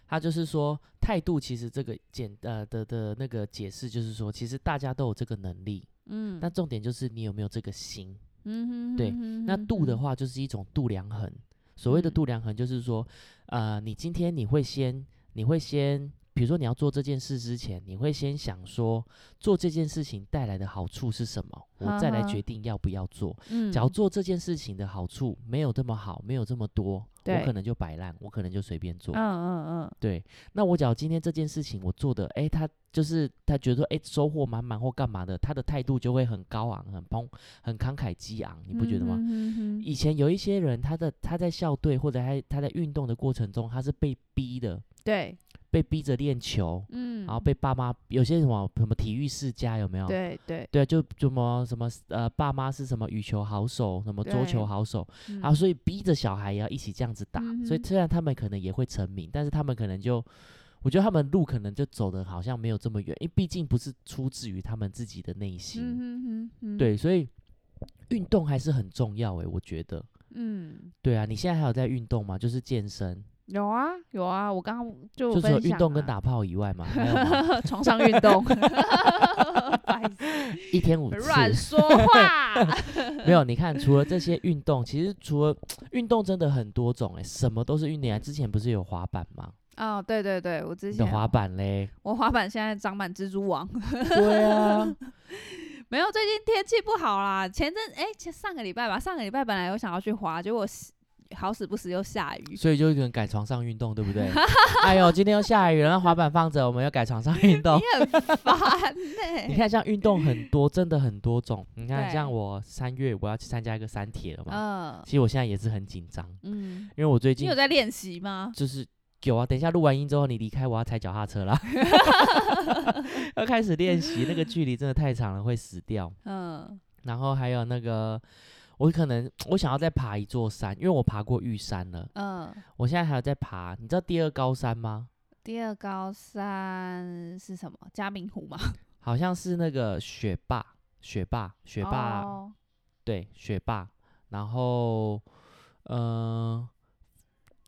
Speaker 1: 他就是说态度其实这个简呃的的那个解释就是说，其实大家都有这个能力，
Speaker 2: 嗯，
Speaker 1: 但重点就是你有没有这个心。
Speaker 2: 嗯哼
Speaker 1: 对
Speaker 2: 哼哼
Speaker 1: 那
Speaker 2: 哼
Speaker 1: 度的
Speaker 2: 哼
Speaker 1: 话就是一种度量衡，所谓的
Speaker 2: 嗯
Speaker 1: 度量衡就是说，呃，你今天你会先，你会先，比如说你要做这件事之前，你会先想说做这件事情带来的好处是什么，我再来
Speaker 2: 哈哈
Speaker 1: 决定要不要做。
Speaker 2: 嗯，
Speaker 1: 假如做这件事情的好处没有这么好，没有这么多，我
Speaker 2: 对
Speaker 1: 可能就摆烂，我可能就随便做。
Speaker 2: 嗯嗯嗯，
Speaker 1: 对，那我假如今天这件事情我做的，诶，他就是他觉得说，诶，收获满满或干嘛的，他的态度就会很高昂、很澎、很慷慨激昂，你不觉得吗？
Speaker 2: 嗯哼哼哼
Speaker 1: 以前有一些人，他的他在校队或者他他在运动的过程中，他是被逼的，
Speaker 2: 对，
Speaker 1: 被逼着练球，
Speaker 2: 嗯，
Speaker 1: 然后被爸妈有些什么什么体育世家有没有？
Speaker 2: 对对，
Speaker 1: 对啊，就就什么什么呃，爸妈是什么羽球好手，什么桌
Speaker 2: 对
Speaker 1: 球好手
Speaker 2: 嗯
Speaker 1: 啊，所以逼着小孩也要一起这样子打。所以
Speaker 2: 嗯哼
Speaker 1: 虽然他们可能也会成名，但是他们可能就，我觉得他们路可能就走的好像没有这么远，因为毕竟不是出自于他们自己的内
Speaker 2: 嗯
Speaker 1: 心。
Speaker 2: 哼哼哼，
Speaker 1: 对，所以运动还是很重要欸诶、我觉得。
Speaker 2: 嗯，
Speaker 1: 对啊，你现在还有在运动吗？就是健身，
Speaker 2: 有啊有啊，我刚刚就
Speaker 1: 就除了
Speaker 2: 分
Speaker 1: 运
Speaker 2: 享
Speaker 1: 动跟
Speaker 2: 啊 *laughs*
Speaker 1: 打炮以外嘛，还有吗
Speaker 2: 床上运
Speaker 1: *laughs*
Speaker 2: 动，白痴
Speaker 1: 一天五次。
Speaker 2: 乱说话，
Speaker 1: *laughs* 没有，你看，除了这些运动，其实除了运动真的很多种哎、什么都是运动啊。之前不是有滑板吗？
Speaker 2: 哦，对对对，我之
Speaker 1: 你的
Speaker 2: 前啊
Speaker 1: 滑板
Speaker 2: *laughs*
Speaker 1: 嘞？
Speaker 2: 我滑板现在长满蜘蛛网， *laughs*
Speaker 1: 对啊，
Speaker 2: 没有，最近天气不好啦。前阵哎、前上个礼拜吧，上个礼拜本来有想要去滑，结果死好死不死又下雨。
Speaker 1: 所以就有人改床上运动，对不对？哎呦，今天又下雨了，那滑板放着，我们要改床上运
Speaker 2: *laughs*
Speaker 1: 动。
Speaker 2: 你很烦呢、
Speaker 1: 哦 *laughs* 你看，像运动很多，真的很多种。你看，
Speaker 2: 对
Speaker 1: 像我三月我要去参加一个三铁了嘛，
Speaker 2: 嗯
Speaker 1: 其实我现在也是很紧张，
Speaker 2: 嗯，
Speaker 1: 因为我最
Speaker 2: 你
Speaker 1: 近
Speaker 2: 有在练习吗？
Speaker 1: 就是有啊，等一下录完音之后你离开，我要踩脚踏车啦。要开始练习，那个距离真的太长了，会死掉。
Speaker 2: 嗯
Speaker 1: 然后还有那个，我可能我想要再爬一座山，因为我爬过玉山了，
Speaker 2: 嗯，
Speaker 1: 我现在还有在爬。你知道第二高山吗？
Speaker 2: 第二高山是什么？嘉明湖吗？
Speaker 1: 好像是那个雪霸，雪霸，雪霸，
Speaker 2: 哦
Speaker 1: 对，雪霸。然后，呃，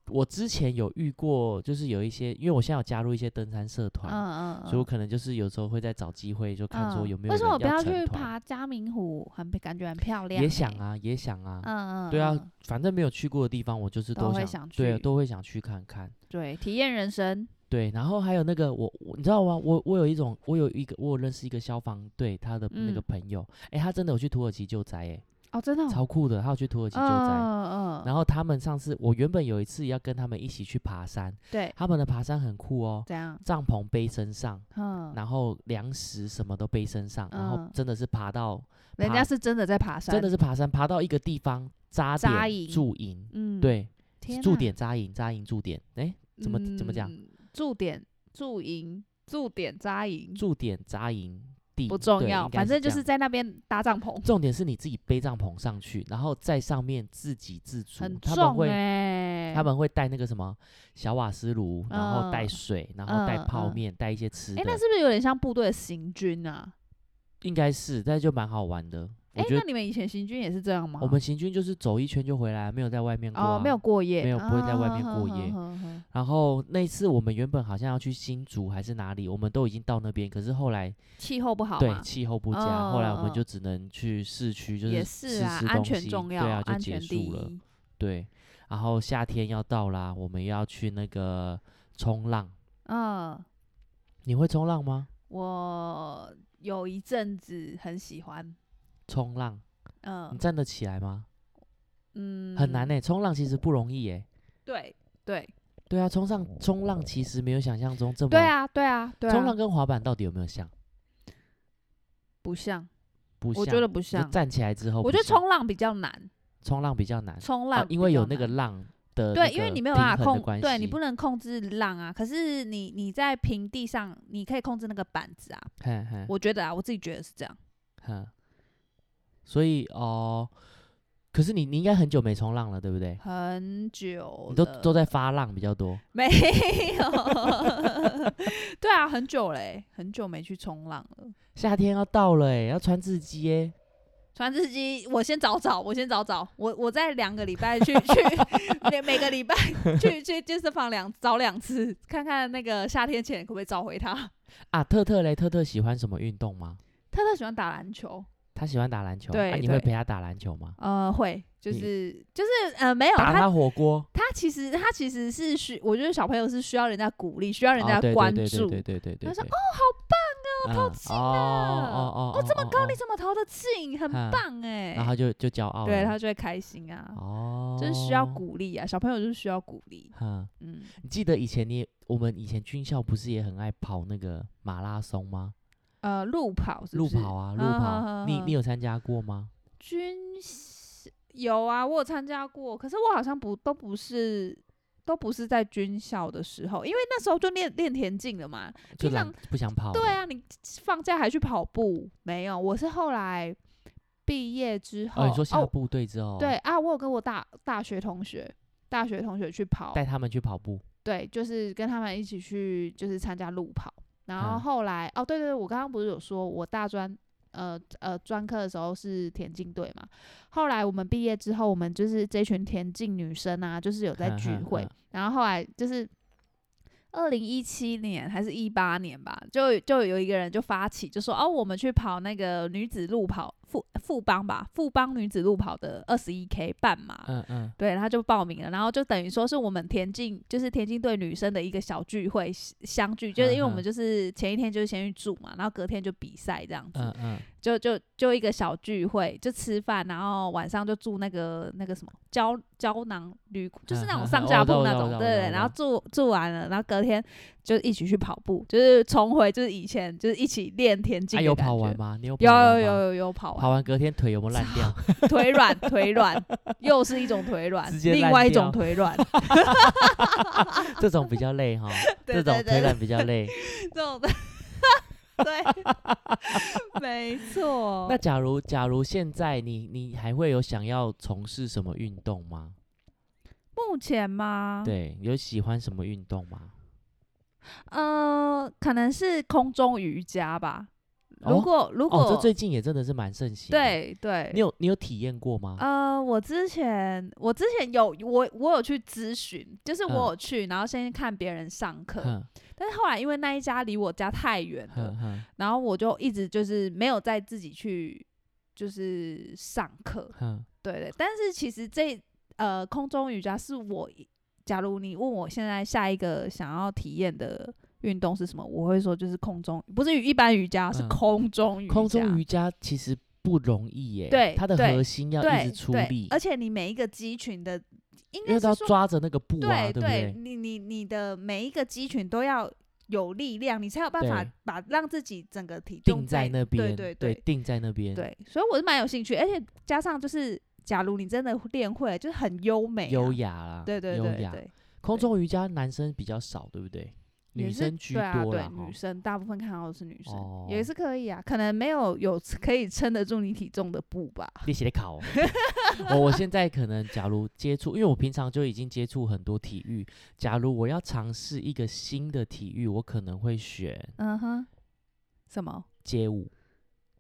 Speaker 1: 我之前有遇过，就是有一些，因为我现在有加入一些登山社团，
Speaker 2: 嗯嗯
Speaker 1: 所以我
Speaker 2: 嗯。
Speaker 1: 可能就是有时候会再找机会，就看说
Speaker 2: 嗯
Speaker 1: 有没有人
Speaker 2: 为什么不要
Speaker 1: 成团
Speaker 2: 去爬嘉明湖？很感觉很漂亮欸、
Speaker 1: 也想啊，也想啊，
Speaker 2: 嗯，嗯嗯，
Speaker 1: 对啊，反正没有去过的地方，我就是
Speaker 2: 都会
Speaker 1: 想，
Speaker 2: 想
Speaker 1: 对啊，
Speaker 2: 去
Speaker 1: 都会想去看看。
Speaker 2: 对，体验人生。
Speaker 1: 对，然后还有那个我，我你知道吗？我我有一种，我有一个，我有认识一个消防队他的那个
Speaker 2: 嗯
Speaker 1: 朋友，哎、他真的有去土耳其救灾、诶，
Speaker 2: 哦，真的哦、
Speaker 1: 超酷的，他有去土耳其救灾。
Speaker 2: 嗯嗯，
Speaker 1: 然后他们上次，我原本有一次要跟他们一起去爬山，
Speaker 2: 对，
Speaker 1: 他们的爬山很酷哦，
Speaker 2: 这样，
Speaker 1: 帐篷背身上，
Speaker 2: 嗯，
Speaker 1: 然后粮食什么都背身上，然后
Speaker 2: 嗯
Speaker 1: 真的是爬到
Speaker 2: 人
Speaker 1: 爬
Speaker 2: 家是真的在爬山，
Speaker 1: 真的是爬山，爬到一个地方扎
Speaker 2: 扎
Speaker 1: 点
Speaker 2: 营
Speaker 1: 驻营，
Speaker 2: 嗯，
Speaker 1: 对，
Speaker 2: 天
Speaker 1: 驻
Speaker 2: 哪
Speaker 1: 点扎营，扎营驻点，哎，怎么怎么讲？
Speaker 2: 嗯驻点、驻营、驻点扎营
Speaker 1: 驻点扎营地
Speaker 2: 嗯不重
Speaker 1: 对
Speaker 2: 要，
Speaker 1: 应该
Speaker 2: 反正
Speaker 1: 这
Speaker 2: 就是
Speaker 1: 样
Speaker 2: 在那边搭帐篷，
Speaker 1: 重点是你自己背帐篷上去，然后在上面自给自足
Speaker 2: 很。
Speaker 1: 他们
Speaker 2: 重
Speaker 1: 会、
Speaker 2: 哎、
Speaker 1: 他们会带那个什么小瓦斯炉，然后带
Speaker 2: 嗯
Speaker 1: 水，然后带
Speaker 2: 嗯
Speaker 1: 泡
Speaker 2: 嗯
Speaker 1: 面，带一些吃的。
Speaker 2: 哎、那是不是有点像部队的行军啊？
Speaker 1: 应该是，但就蛮好玩的。
Speaker 2: 哎、
Speaker 1: 我觉
Speaker 2: 那
Speaker 1: 得
Speaker 2: 你们以前行军也是这样吗？
Speaker 1: 我们行军就是走一圈就回来，没有在外面过、啊
Speaker 2: 哦，没有。过夜，
Speaker 1: 没有不会在外面
Speaker 2: 啊
Speaker 1: 过
Speaker 2: 哼
Speaker 1: 夜
Speaker 2: 哼哼哼
Speaker 1: 然后那一次我们原本好像要去新竹还是哪里，我们都已经到那边，可是后来
Speaker 2: 气候不好
Speaker 1: 对
Speaker 2: 嘛，
Speaker 1: 气候不佳，后来我
Speaker 2: 嗯
Speaker 1: 们
Speaker 2: 嗯
Speaker 1: 就只能去市区，就是
Speaker 2: 也
Speaker 1: 吃
Speaker 2: 是啊
Speaker 1: 吃，
Speaker 2: 安
Speaker 1: 东
Speaker 2: 全
Speaker 1: 西
Speaker 2: 重要，
Speaker 1: 对啊，就
Speaker 2: 安
Speaker 1: 结
Speaker 2: 全第
Speaker 1: 束
Speaker 2: 一。
Speaker 1: 了。对，然后夏天要到啦，我们要去那个冲浪。
Speaker 2: 嗯，
Speaker 1: 你会冲浪吗？
Speaker 2: 我有一阵子很喜欢，
Speaker 1: 冲浪，你
Speaker 2: 嗯
Speaker 1: 站得起来吗？
Speaker 2: 嗯，
Speaker 1: 很难呢、欸冲浪其实不容易诶、欸
Speaker 2: 对对
Speaker 1: 对啊，冲上冲浪其实没有想象中这么。
Speaker 2: 对啊对啊对啊，
Speaker 1: 冲浪跟滑板到底有没有像？
Speaker 2: 不像，
Speaker 1: 不像，
Speaker 2: 我觉得不
Speaker 1: 就
Speaker 2: 像，
Speaker 1: 站起来之后不像，
Speaker 2: 我觉得冲浪比较难，
Speaker 1: 冲浪比较难，
Speaker 2: 冲
Speaker 1: 啊
Speaker 2: 浪
Speaker 1: 因为有
Speaker 2: 比
Speaker 1: 那
Speaker 2: 较
Speaker 1: 个
Speaker 2: 难
Speaker 1: 浪的
Speaker 2: 对，
Speaker 1: 那
Speaker 2: 因为
Speaker 1: 个
Speaker 2: 你没有
Speaker 1: 平
Speaker 2: 办法
Speaker 1: 衡的
Speaker 2: 控，
Speaker 1: 关
Speaker 2: 对你
Speaker 1: 系
Speaker 2: 不能控制浪啊。可是你你在平地上，你可以控制那个板子啊。
Speaker 1: 嘿嘿
Speaker 2: 我觉得啊，我自己觉得是这样。
Speaker 1: 哼，所以哦、可是你你应该很久没冲浪了，对不对？
Speaker 2: 很久
Speaker 1: 你都
Speaker 2: 了 *laughs*
Speaker 1: 都在发浪比较多，
Speaker 2: 没有， *laughs* 对啊，很久嘞、很久没去冲浪了。
Speaker 1: 夏天要到了哎、要穿刺激哎、
Speaker 2: 传自己，我先找找，我先找找，我我在两个礼拜去去，每每个礼拜去去健身房两找两次，看看那个夏天前可不可以找回他。 *laughs*
Speaker 1: 啊，特特嘞，特特喜欢什么运动吗？
Speaker 2: 特特喜欢打篮球，
Speaker 1: 他喜欢打篮球，
Speaker 2: 对
Speaker 1: 啊、你会
Speaker 2: 对
Speaker 1: 陪他打篮球吗？
Speaker 2: 呃，会，就
Speaker 1: 你
Speaker 2: 是就是呃，没有
Speaker 1: 打
Speaker 2: 他，
Speaker 1: 他火锅，
Speaker 2: 他其实他其实是需，我觉得小朋友是需要人家鼓励，需要人
Speaker 1: 哦
Speaker 2: 家
Speaker 1: 对对
Speaker 2: 关
Speaker 1: 对对
Speaker 2: 注。
Speaker 1: 对对对对
Speaker 2: 他说
Speaker 1: 对
Speaker 2: 哦，好棒啊，
Speaker 1: 嗯
Speaker 2: 投进了，
Speaker 1: 哦哦哦
Speaker 2: 哦，这么高
Speaker 1: 哦
Speaker 2: 你
Speaker 1: 哦
Speaker 2: 怎么投得进？很
Speaker 1: 嗯
Speaker 2: 棒哎。
Speaker 1: 然后他就就骄傲了，
Speaker 2: 对他就会开心啊，
Speaker 1: 哦，
Speaker 2: 就是需要鼓励啊，小朋友就是需要鼓励。
Speaker 1: 嗯，
Speaker 2: 嗯，
Speaker 1: 你记得以前你也我们以前军校不是也很爱跑那个马拉松吗？
Speaker 2: 呃，路跑是
Speaker 1: 路
Speaker 2: 不是
Speaker 1: 跑啊，路
Speaker 2: 嗯
Speaker 1: 跑，
Speaker 2: 哼
Speaker 1: 你
Speaker 2: 哼
Speaker 1: 你有参加过吗？
Speaker 2: 军校有啊，我有参加过，可是我好像不都不是都不是在军校的时候，因为那时候就练练田径了嘛。
Speaker 1: 就
Speaker 2: 平
Speaker 1: 懒
Speaker 2: 常
Speaker 1: 不想跑了，
Speaker 2: 对啊，你放假还去跑步？没有，我是后来毕业之后，
Speaker 1: 哦，你说下
Speaker 2: 哦
Speaker 1: 部队之后，
Speaker 2: 对，啊，我有跟我大大学同学。大学同学去跑，
Speaker 1: 带他们去跑步，
Speaker 2: 对，就是跟他们一起去，就是参加路跑。然后
Speaker 1: 嗯
Speaker 2: 后来，哦，对对对，我刚刚不是有说，我大专呃呃专科的时候是田径队嘛。后来我们毕业之后，我们就是这群田径女生啊，就是有在
Speaker 1: 哼
Speaker 2: 聚
Speaker 1: 哼
Speaker 2: 会
Speaker 1: 哼。
Speaker 2: 然后后来就是嗯二零一七年还是一八年吧，就就有一个人就发起，就说哦，我们去跑那个女子路跑富富邦吧，富邦女子路跑的二十一 K 半马。
Speaker 1: 嗯嗯，
Speaker 2: 对，然后就报名了，然后就等于说是我们田径，就是田径队女生的一个小聚会相聚，就是因为我
Speaker 1: 嗯
Speaker 2: 们
Speaker 1: 哼
Speaker 2: 就是前一天就是先去住嘛，然后隔天就比赛这样子，
Speaker 1: 嗯嗯，
Speaker 2: 就就就一个小聚会，就吃饭，然后晚上就住那个那个什么胶胶囊旅馆，就是那
Speaker 1: 嗯
Speaker 2: 种
Speaker 1: 嗯
Speaker 2: 上
Speaker 1: 嗯
Speaker 2: 下
Speaker 1: 我知道
Speaker 2: 铺
Speaker 1: 我
Speaker 2: 那
Speaker 1: 知道
Speaker 2: 种
Speaker 1: 我，知道
Speaker 2: 对
Speaker 1: 我
Speaker 2: 对
Speaker 1: 知
Speaker 2: 对，
Speaker 1: 道
Speaker 2: 然后住住完了，然后隔天就一起去跑步，就是重回就是以前就是一起练田径
Speaker 1: 还啊
Speaker 2: 的
Speaker 1: 有
Speaker 2: 感
Speaker 1: 跑
Speaker 2: 觉
Speaker 1: 完吗？你有
Speaker 2: 有
Speaker 1: 跑完
Speaker 2: 有有
Speaker 1: 吗
Speaker 2: 有有跑完
Speaker 1: 跑完隔天腿有没有烂
Speaker 2: *laughs*
Speaker 1: 掉？
Speaker 2: 腿软，腿软， *laughs* 又是一种腿软
Speaker 1: 直，接
Speaker 2: 另
Speaker 1: 烂
Speaker 2: 外一
Speaker 1: 掉
Speaker 2: 种腿软，
Speaker 1: 这种比较累哈，
Speaker 2: 对
Speaker 1: 这种
Speaker 2: 对
Speaker 1: 腿
Speaker 2: 对
Speaker 1: 软比较累。
Speaker 2: 这种的， *laughs* 对，没错
Speaker 1: 那。假如假如现在你你还会有想要从事什么运动吗？
Speaker 2: 目前吗？，
Speaker 1: 对，有喜欢什么运动吗？
Speaker 2: 呃，可能是空中瑜伽吧。
Speaker 1: 哦
Speaker 2: 如果如
Speaker 1: 哦，
Speaker 2: 果
Speaker 1: 这最近也真的是蛮盛行。，
Speaker 2: 对对
Speaker 1: 你，有你有体验过吗？
Speaker 2: 呃，我之前我之前有我我有去咨询，就是
Speaker 1: 嗯
Speaker 2: 我有去，然后先看别人上课，
Speaker 1: 哼
Speaker 2: 但是后来因为那一家离我家太远了
Speaker 1: 哼，哼
Speaker 2: 然后我就一直就是没有再自己去就是上课，
Speaker 1: 哼，
Speaker 2: 对对。但是其实这呃空中瑜伽是我一，假如你问我现在下一个想要体验的运动是什么，我会说就是空中，不是一般瑜伽，是
Speaker 1: 嗯
Speaker 2: 空中瑜伽。
Speaker 1: 空中瑜伽其实不容易耶，
Speaker 2: 对
Speaker 1: 它的
Speaker 2: 对
Speaker 1: 核心要一
Speaker 2: 对
Speaker 1: 直出
Speaker 2: 对
Speaker 1: 力，，
Speaker 2: 而且你每一个肌群的，应
Speaker 1: 因
Speaker 2: 该
Speaker 1: 为
Speaker 2: 是
Speaker 1: 它要
Speaker 2: 说
Speaker 1: 抓着那个布啊，
Speaker 2: 对
Speaker 1: 不对？
Speaker 2: 你你你的每一个肌群都要。有力量，你才有办法
Speaker 1: 对
Speaker 2: 把让自己整个体重
Speaker 1: 定在那边，对
Speaker 2: 对对，
Speaker 1: 定在那边，
Speaker 2: 对，所以我是蛮有兴趣，而且加上就是，假如你真的练会了，就是很优美、啊
Speaker 1: 优，雅啦，
Speaker 2: 对对
Speaker 1: 优
Speaker 2: 对
Speaker 1: 雅。
Speaker 2: 对，
Speaker 1: 空
Speaker 2: 对
Speaker 1: 中瑜伽男生比较少，对不对？
Speaker 2: 也
Speaker 1: 女
Speaker 2: 是
Speaker 1: 生居
Speaker 2: 对啊，
Speaker 1: 多
Speaker 2: 对
Speaker 1: 啦，哈
Speaker 2: 女生大部分看到的是女生，
Speaker 1: 哦
Speaker 2: 也是可以啊，可能没有有可以撑得住你体重的步吧，
Speaker 1: 你写的
Speaker 2: *laughs*
Speaker 1: 考哦。我我现在可能，假如接触，因为我平常就已经接触很多体育。假如我要尝试一个新的体育，我可能会选
Speaker 2: 嗯哼，什么
Speaker 1: 街舞。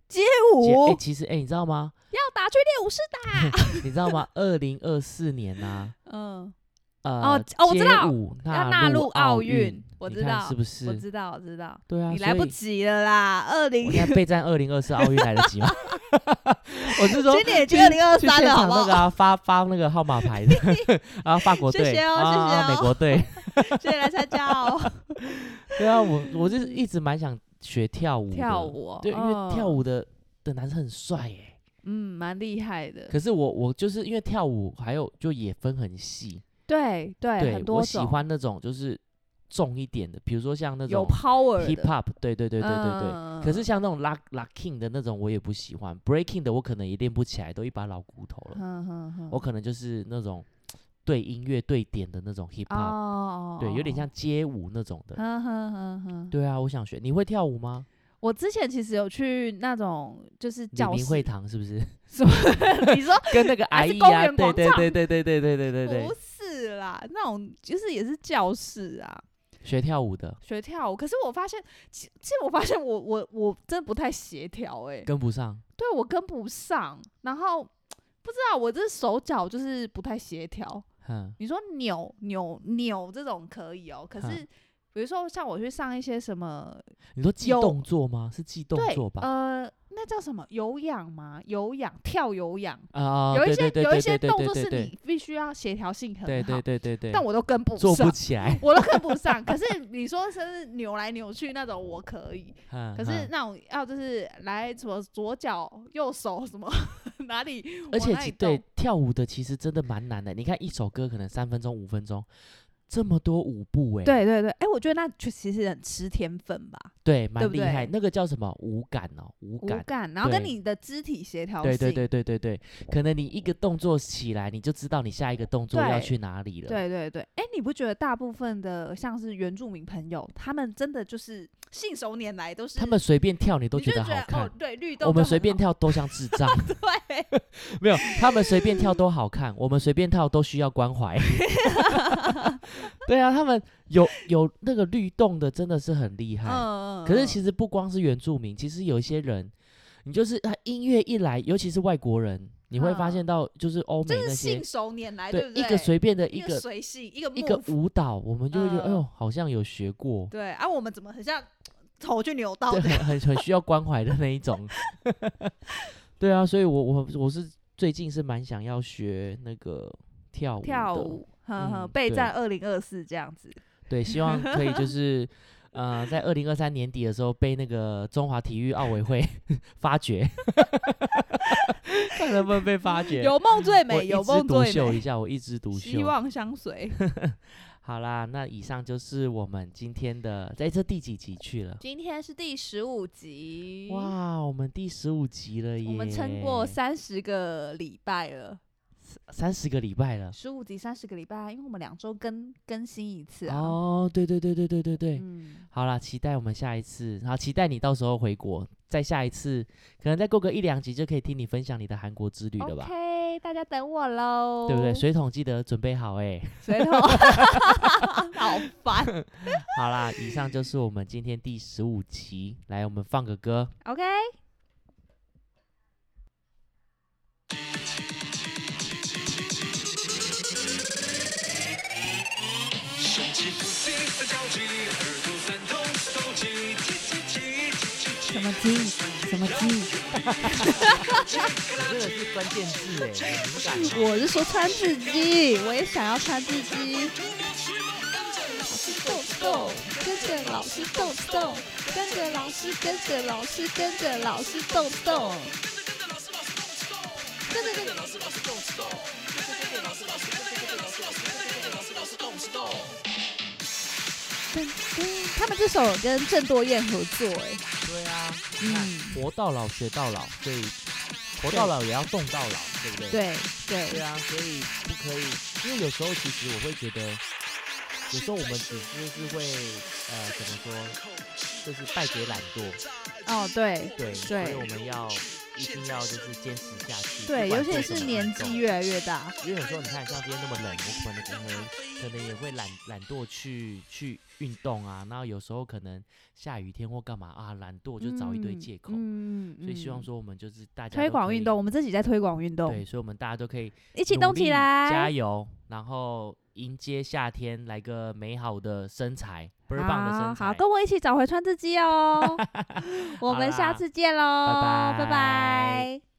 Speaker 1: 街
Speaker 2: 舞、
Speaker 1: 哎、其实哎、你知道吗？
Speaker 2: 要打去练舞室打，
Speaker 1: 你知道吗？二零二四年啊呐、
Speaker 2: 嗯，
Speaker 1: 呃，
Speaker 2: 哦哦我知道
Speaker 1: 街舞
Speaker 2: 要
Speaker 1: 纳
Speaker 2: 纳入
Speaker 1: 奥
Speaker 2: 奥运我
Speaker 1: 你
Speaker 2: 知
Speaker 1: 看
Speaker 2: 道
Speaker 1: 是不
Speaker 2: 我
Speaker 1: 是？
Speaker 2: 知道我知道，
Speaker 1: 对啊，
Speaker 2: 你
Speaker 1: 所
Speaker 2: 来不
Speaker 1: 以
Speaker 2: 及了啦，二零
Speaker 1: 我现在备战二零二四奥运来得及吗？ *laughs* 我是说，
Speaker 2: 今年已
Speaker 1: 去
Speaker 2: 经
Speaker 1: 去
Speaker 2: 2023
Speaker 1: 现
Speaker 2: 了，好
Speaker 1: 场
Speaker 2: 不
Speaker 1: 那个
Speaker 2: 好？ *laughs*
Speaker 1: 啊，发发那个号码牌的，然后法国
Speaker 2: 谢
Speaker 1: 队，
Speaker 2: 谢哦
Speaker 1: 啊
Speaker 2: 谢谢
Speaker 1: 啊美
Speaker 2: 哦
Speaker 1: 国
Speaker 2: *laughs*
Speaker 1: 队，
Speaker 2: 谢谢来参加哦，
Speaker 1: 对啊，我我就是一直蛮想学跳舞的，
Speaker 2: 跳舞哦，
Speaker 1: 对，因为跳
Speaker 2: 嗯
Speaker 1: 舞的的男生很帅耶。
Speaker 2: 嗯，蛮厉害的。
Speaker 1: 可是我我就是因为跳舞，还有就也分很细，
Speaker 2: 对对，
Speaker 1: 对
Speaker 2: 很多
Speaker 1: 我喜
Speaker 2: 种
Speaker 1: 欢那种就是重一点的，比如说像那种
Speaker 2: 有 power 的
Speaker 1: hip hop，对对对对对对。
Speaker 2: 嗯
Speaker 1: 可是像那种 lock locking 的那种，我也不喜欢，breaking 的我可能也练不起来，都一把老骨头了。
Speaker 2: 嗯嗯嗯
Speaker 1: 我可能就是那种对音乐对点的那种 hip
Speaker 2: 哦
Speaker 1: hop，、
Speaker 2: 哦，
Speaker 1: 对，有点
Speaker 2: 哦
Speaker 1: 像。街舞那种的。
Speaker 2: 嗯哼哼哼，
Speaker 1: 对啊，我想学。你会跳舞吗？
Speaker 2: 我之前其实有去那种就是
Speaker 1: 李
Speaker 2: 教
Speaker 1: 明
Speaker 2: 室
Speaker 1: 会，堂是不是？
Speaker 2: 什么？你说
Speaker 1: 跟那个阿
Speaker 2: *laughs* 还是
Speaker 1: 姨
Speaker 2: 公
Speaker 1: 啊，
Speaker 2: 园
Speaker 1: 对
Speaker 2: 广
Speaker 1: 对
Speaker 2: 场
Speaker 1: 对对对对对对对对
Speaker 2: 不，是啦，那种就是也是教室啊，
Speaker 1: 学跳舞的
Speaker 2: 学跳舞。可是我发现，其其实我发现我我我真的不太协调哎，
Speaker 1: 跟不上。
Speaker 2: 对我跟不上，然后不知道我这手脚就是不太协调。
Speaker 1: 哼，
Speaker 2: 你说扭扭扭这种可以哦，可
Speaker 1: 哈
Speaker 2: 是比如说像我去上一些什么，
Speaker 1: 你说记
Speaker 2: 有
Speaker 1: 动作吗？是记动
Speaker 2: 对
Speaker 1: 作，吧？
Speaker 2: 呃，那叫什么有氧吗？有氧跳有氧，
Speaker 1: 啊，
Speaker 2: 有一
Speaker 1: 对
Speaker 2: 些
Speaker 1: 对对
Speaker 2: 有一
Speaker 1: 对
Speaker 2: 些
Speaker 1: 对
Speaker 2: 动
Speaker 1: 对
Speaker 2: 作
Speaker 1: 对
Speaker 2: 是
Speaker 1: 对
Speaker 2: 你必须要协调性很好，
Speaker 1: 对对对对对，
Speaker 2: 但我都跟不
Speaker 1: 做
Speaker 2: 上
Speaker 1: 不，起
Speaker 2: *laughs*
Speaker 1: 来。
Speaker 2: 我都跟不上。可是你说甚至扭来扭去那种，我可以。
Speaker 1: 可
Speaker 2: 可是那种要就是来什么左脚右手什么 *laughs* 哪里，
Speaker 1: 而
Speaker 2: 往
Speaker 1: 且
Speaker 2: 哪
Speaker 1: 其
Speaker 2: 里
Speaker 1: 对
Speaker 2: 动
Speaker 1: 跳舞的其实真的蛮难的。你看一首歌可能三分钟、五分钟，这么多舞步哎、
Speaker 2: 对对对，哎、我觉得那确其实很吃天分吧，
Speaker 1: 对，
Speaker 2: 对
Speaker 1: 蛮
Speaker 2: 不
Speaker 1: 厉
Speaker 2: 对
Speaker 1: 害。那个叫什么舞感哦，舞
Speaker 2: 无
Speaker 1: 感。
Speaker 2: 感，然后跟
Speaker 1: 对
Speaker 2: 你的肢体协调性，
Speaker 1: 对对对对对对，可能你一个动作起来，你就知道你下一个动作要
Speaker 2: 对
Speaker 1: 去哪里了。
Speaker 2: 对对对，哎、你不觉得大部分的像是原住民朋友，他们真的就是信手拈来，都是
Speaker 1: 他们随便跳你都
Speaker 2: 你就
Speaker 1: 觉
Speaker 2: 觉
Speaker 1: 得好看
Speaker 2: 哦，，对，绿豆
Speaker 1: 我们
Speaker 2: 就
Speaker 1: 随
Speaker 2: 很
Speaker 1: 便
Speaker 2: 好，
Speaker 1: 跳都像智
Speaker 2: *laughs*
Speaker 1: 障。
Speaker 2: 对，
Speaker 1: 没有，他们随便跳都好看，我们随便跳都需要关
Speaker 2: *laughs*
Speaker 1: 怀。 *laughs* 对啊，他们有有那个律动的真的是很厉害。
Speaker 2: 嗯，
Speaker 1: 可是其
Speaker 2: 实
Speaker 1: 实不光是原住民，其实有一些人，你就是他音乐一来，尤其是外国人，你会发现到就是欧美
Speaker 2: 嗯真
Speaker 1: 那
Speaker 2: 是
Speaker 1: 些
Speaker 2: 信，手拈来，
Speaker 1: 对
Speaker 2: 不
Speaker 1: 一
Speaker 2: 对？
Speaker 1: 个随便的
Speaker 2: 一
Speaker 1: 一个
Speaker 2: 随性，一个
Speaker 1: 一个
Speaker 2: move
Speaker 1: 舞蹈，我们就会觉得哎
Speaker 2: 嗯
Speaker 1: 呦，好像有学过，
Speaker 2: 对啊，我们怎么
Speaker 1: *laughs*
Speaker 2: 很像头去扭到
Speaker 1: 对，
Speaker 2: 的？
Speaker 1: 很很很需要关怀的那一种。 *laughs* 对啊，所以我我我是最近是蛮想要学那个跳舞的
Speaker 2: *laughs* 跳舞，呵呵，
Speaker 1: 嗯
Speaker 2: 备
Speaker 1: 对
Speaker 2: 战二零二四这样子。
Speaker 1: 对，希望可以
Speaker 2: *laughs*
Speaker 1: 就是，呃，在二零二三年底的时候被那个中华体育奥委会 *laughs* 发掘， *laughs* 看能不能被发掘。
Speaker 2: 有梦最
Speaker 1: 我
Speaker 2: 美，
Speaker 1: 一
Speaker 2: 有
Speaker 1: 枝
Speaker 2: 梦
Speaker 1: 独
Speaker 2: 最
Speaker 1: 秀一
Speaker 2: 美，
Speaker 1: 下，我一枝独秀。
Speaker 2: 希望相随。
Speaker 1: *laughs* 好啦，那以上就是我们今天的，在这第几集去了？
Speaker 2: 今天是第十五集，
Speaker 1: 哇，我们第十五集了耶！
Speaker 2: 我们撑过三十个礼拜了，
Speaker 1: 三十个礼拜了。
Speaker 2: 十五集三十个礼拜，因为我们两周更更新一次啊。
Speaker 1: 哦，对对对对对对对，
Speaker 2: 嗯，
Speaker 1: 好啦，期待我们下一次，然后期待你到时候回国，再下一次，可能再过个一两集就可以听你分享你的韩国之旅了吧
Speaker 2: OK，大家哦等我喽，
Speaker 1: 对不对？水桶记得准备好哎、
Speaker 2: 随
Speaker 1: *laughs*
Speaker 2: 头， *laughs* 好烦。
Speaker 1: 好啦，以上就是我们今天第十五集，来，我们放个歌。
Speaker 2: OK，
Speaker 3: 胸肌、腹肌、三角肌、二头、三头、四头肌，踢踢踢踢踢踢
Speaker 2: 什。么鸡？什么鸡？
Speaker 1: 这个是关键字哎、很敏感
Speaker 2: 我是说穿刺激，我也想要穿刺激。老师动动，跟着老师动动，跟着老师，跟着老师，跟着老师动动。跟着跟着老师动动，他们这首跟郑多燕合作、哎，
Speaker 1: 对啊，你看
Speaker 2: 嗯，
Speaker 1: 活到老学到老，所以活到老也要动到老，对不对？
Speaker 2: 对对
Speaker 1: 对啊，所以不可以，因为有时候其实我会觉得，有时候我们只是就是会呃怎么说，就是败给懒惰，
Speaker 2: 哦对
Speaker 1: 对，所以我们要一定要就是坚持下去。
Speaker 2: 对，
Speaker 1: 不
Speaker 2: 尤
Speaker 1: 管
Speaker 2: 其
Speaker 1: 做
Speaker 2: 是
Speaker 1: 什么
Speaker 2: 年
Speaker 1: 运动
Speaker 2: 纪越来越大，
Speaker 1: 因为有时候你看，像今天那么冷，我可能可能可能也会懒懒惰去去运动啊。然后有时候可能下雨天或干嘛啊，懒惰就找一堆
Speaker 2: 嗯
Speaker 1: 借口。
Speaker 2: 嗯
Speaker 1: 所以希望
Speaker 2: 嗯
Speaker 1: 说我们就是大家
Speaker 2: 推
Speaker 1: 都可
Speaker 2: 广运
Speaker 1: 以
Speaker 2: 动，我，们自己在推广运动
Speaker 1: 对，，所以我们大家都可以
Speaker 2: 一起
Speaker 1: 努
Speaker 2: 动起
Speaker 1: 力加
Speaker 2: 来，
Speaker 1: 油，然后迎接夏天，来个美好的身材，倍儿棒的身材。
Speaker 2: 好，跟我一
Speaker 1: *laughs*
Speaker 2: 起找回穿字机哦。我
Speaker 1: 好
Speaker 2: 们下
Speaker 1: 啦
Speaker 2: 次见喽，
Speaker 1: 拜
Speaker 2: 拜
Speaker 1: 拜
Speaker 2: 拜。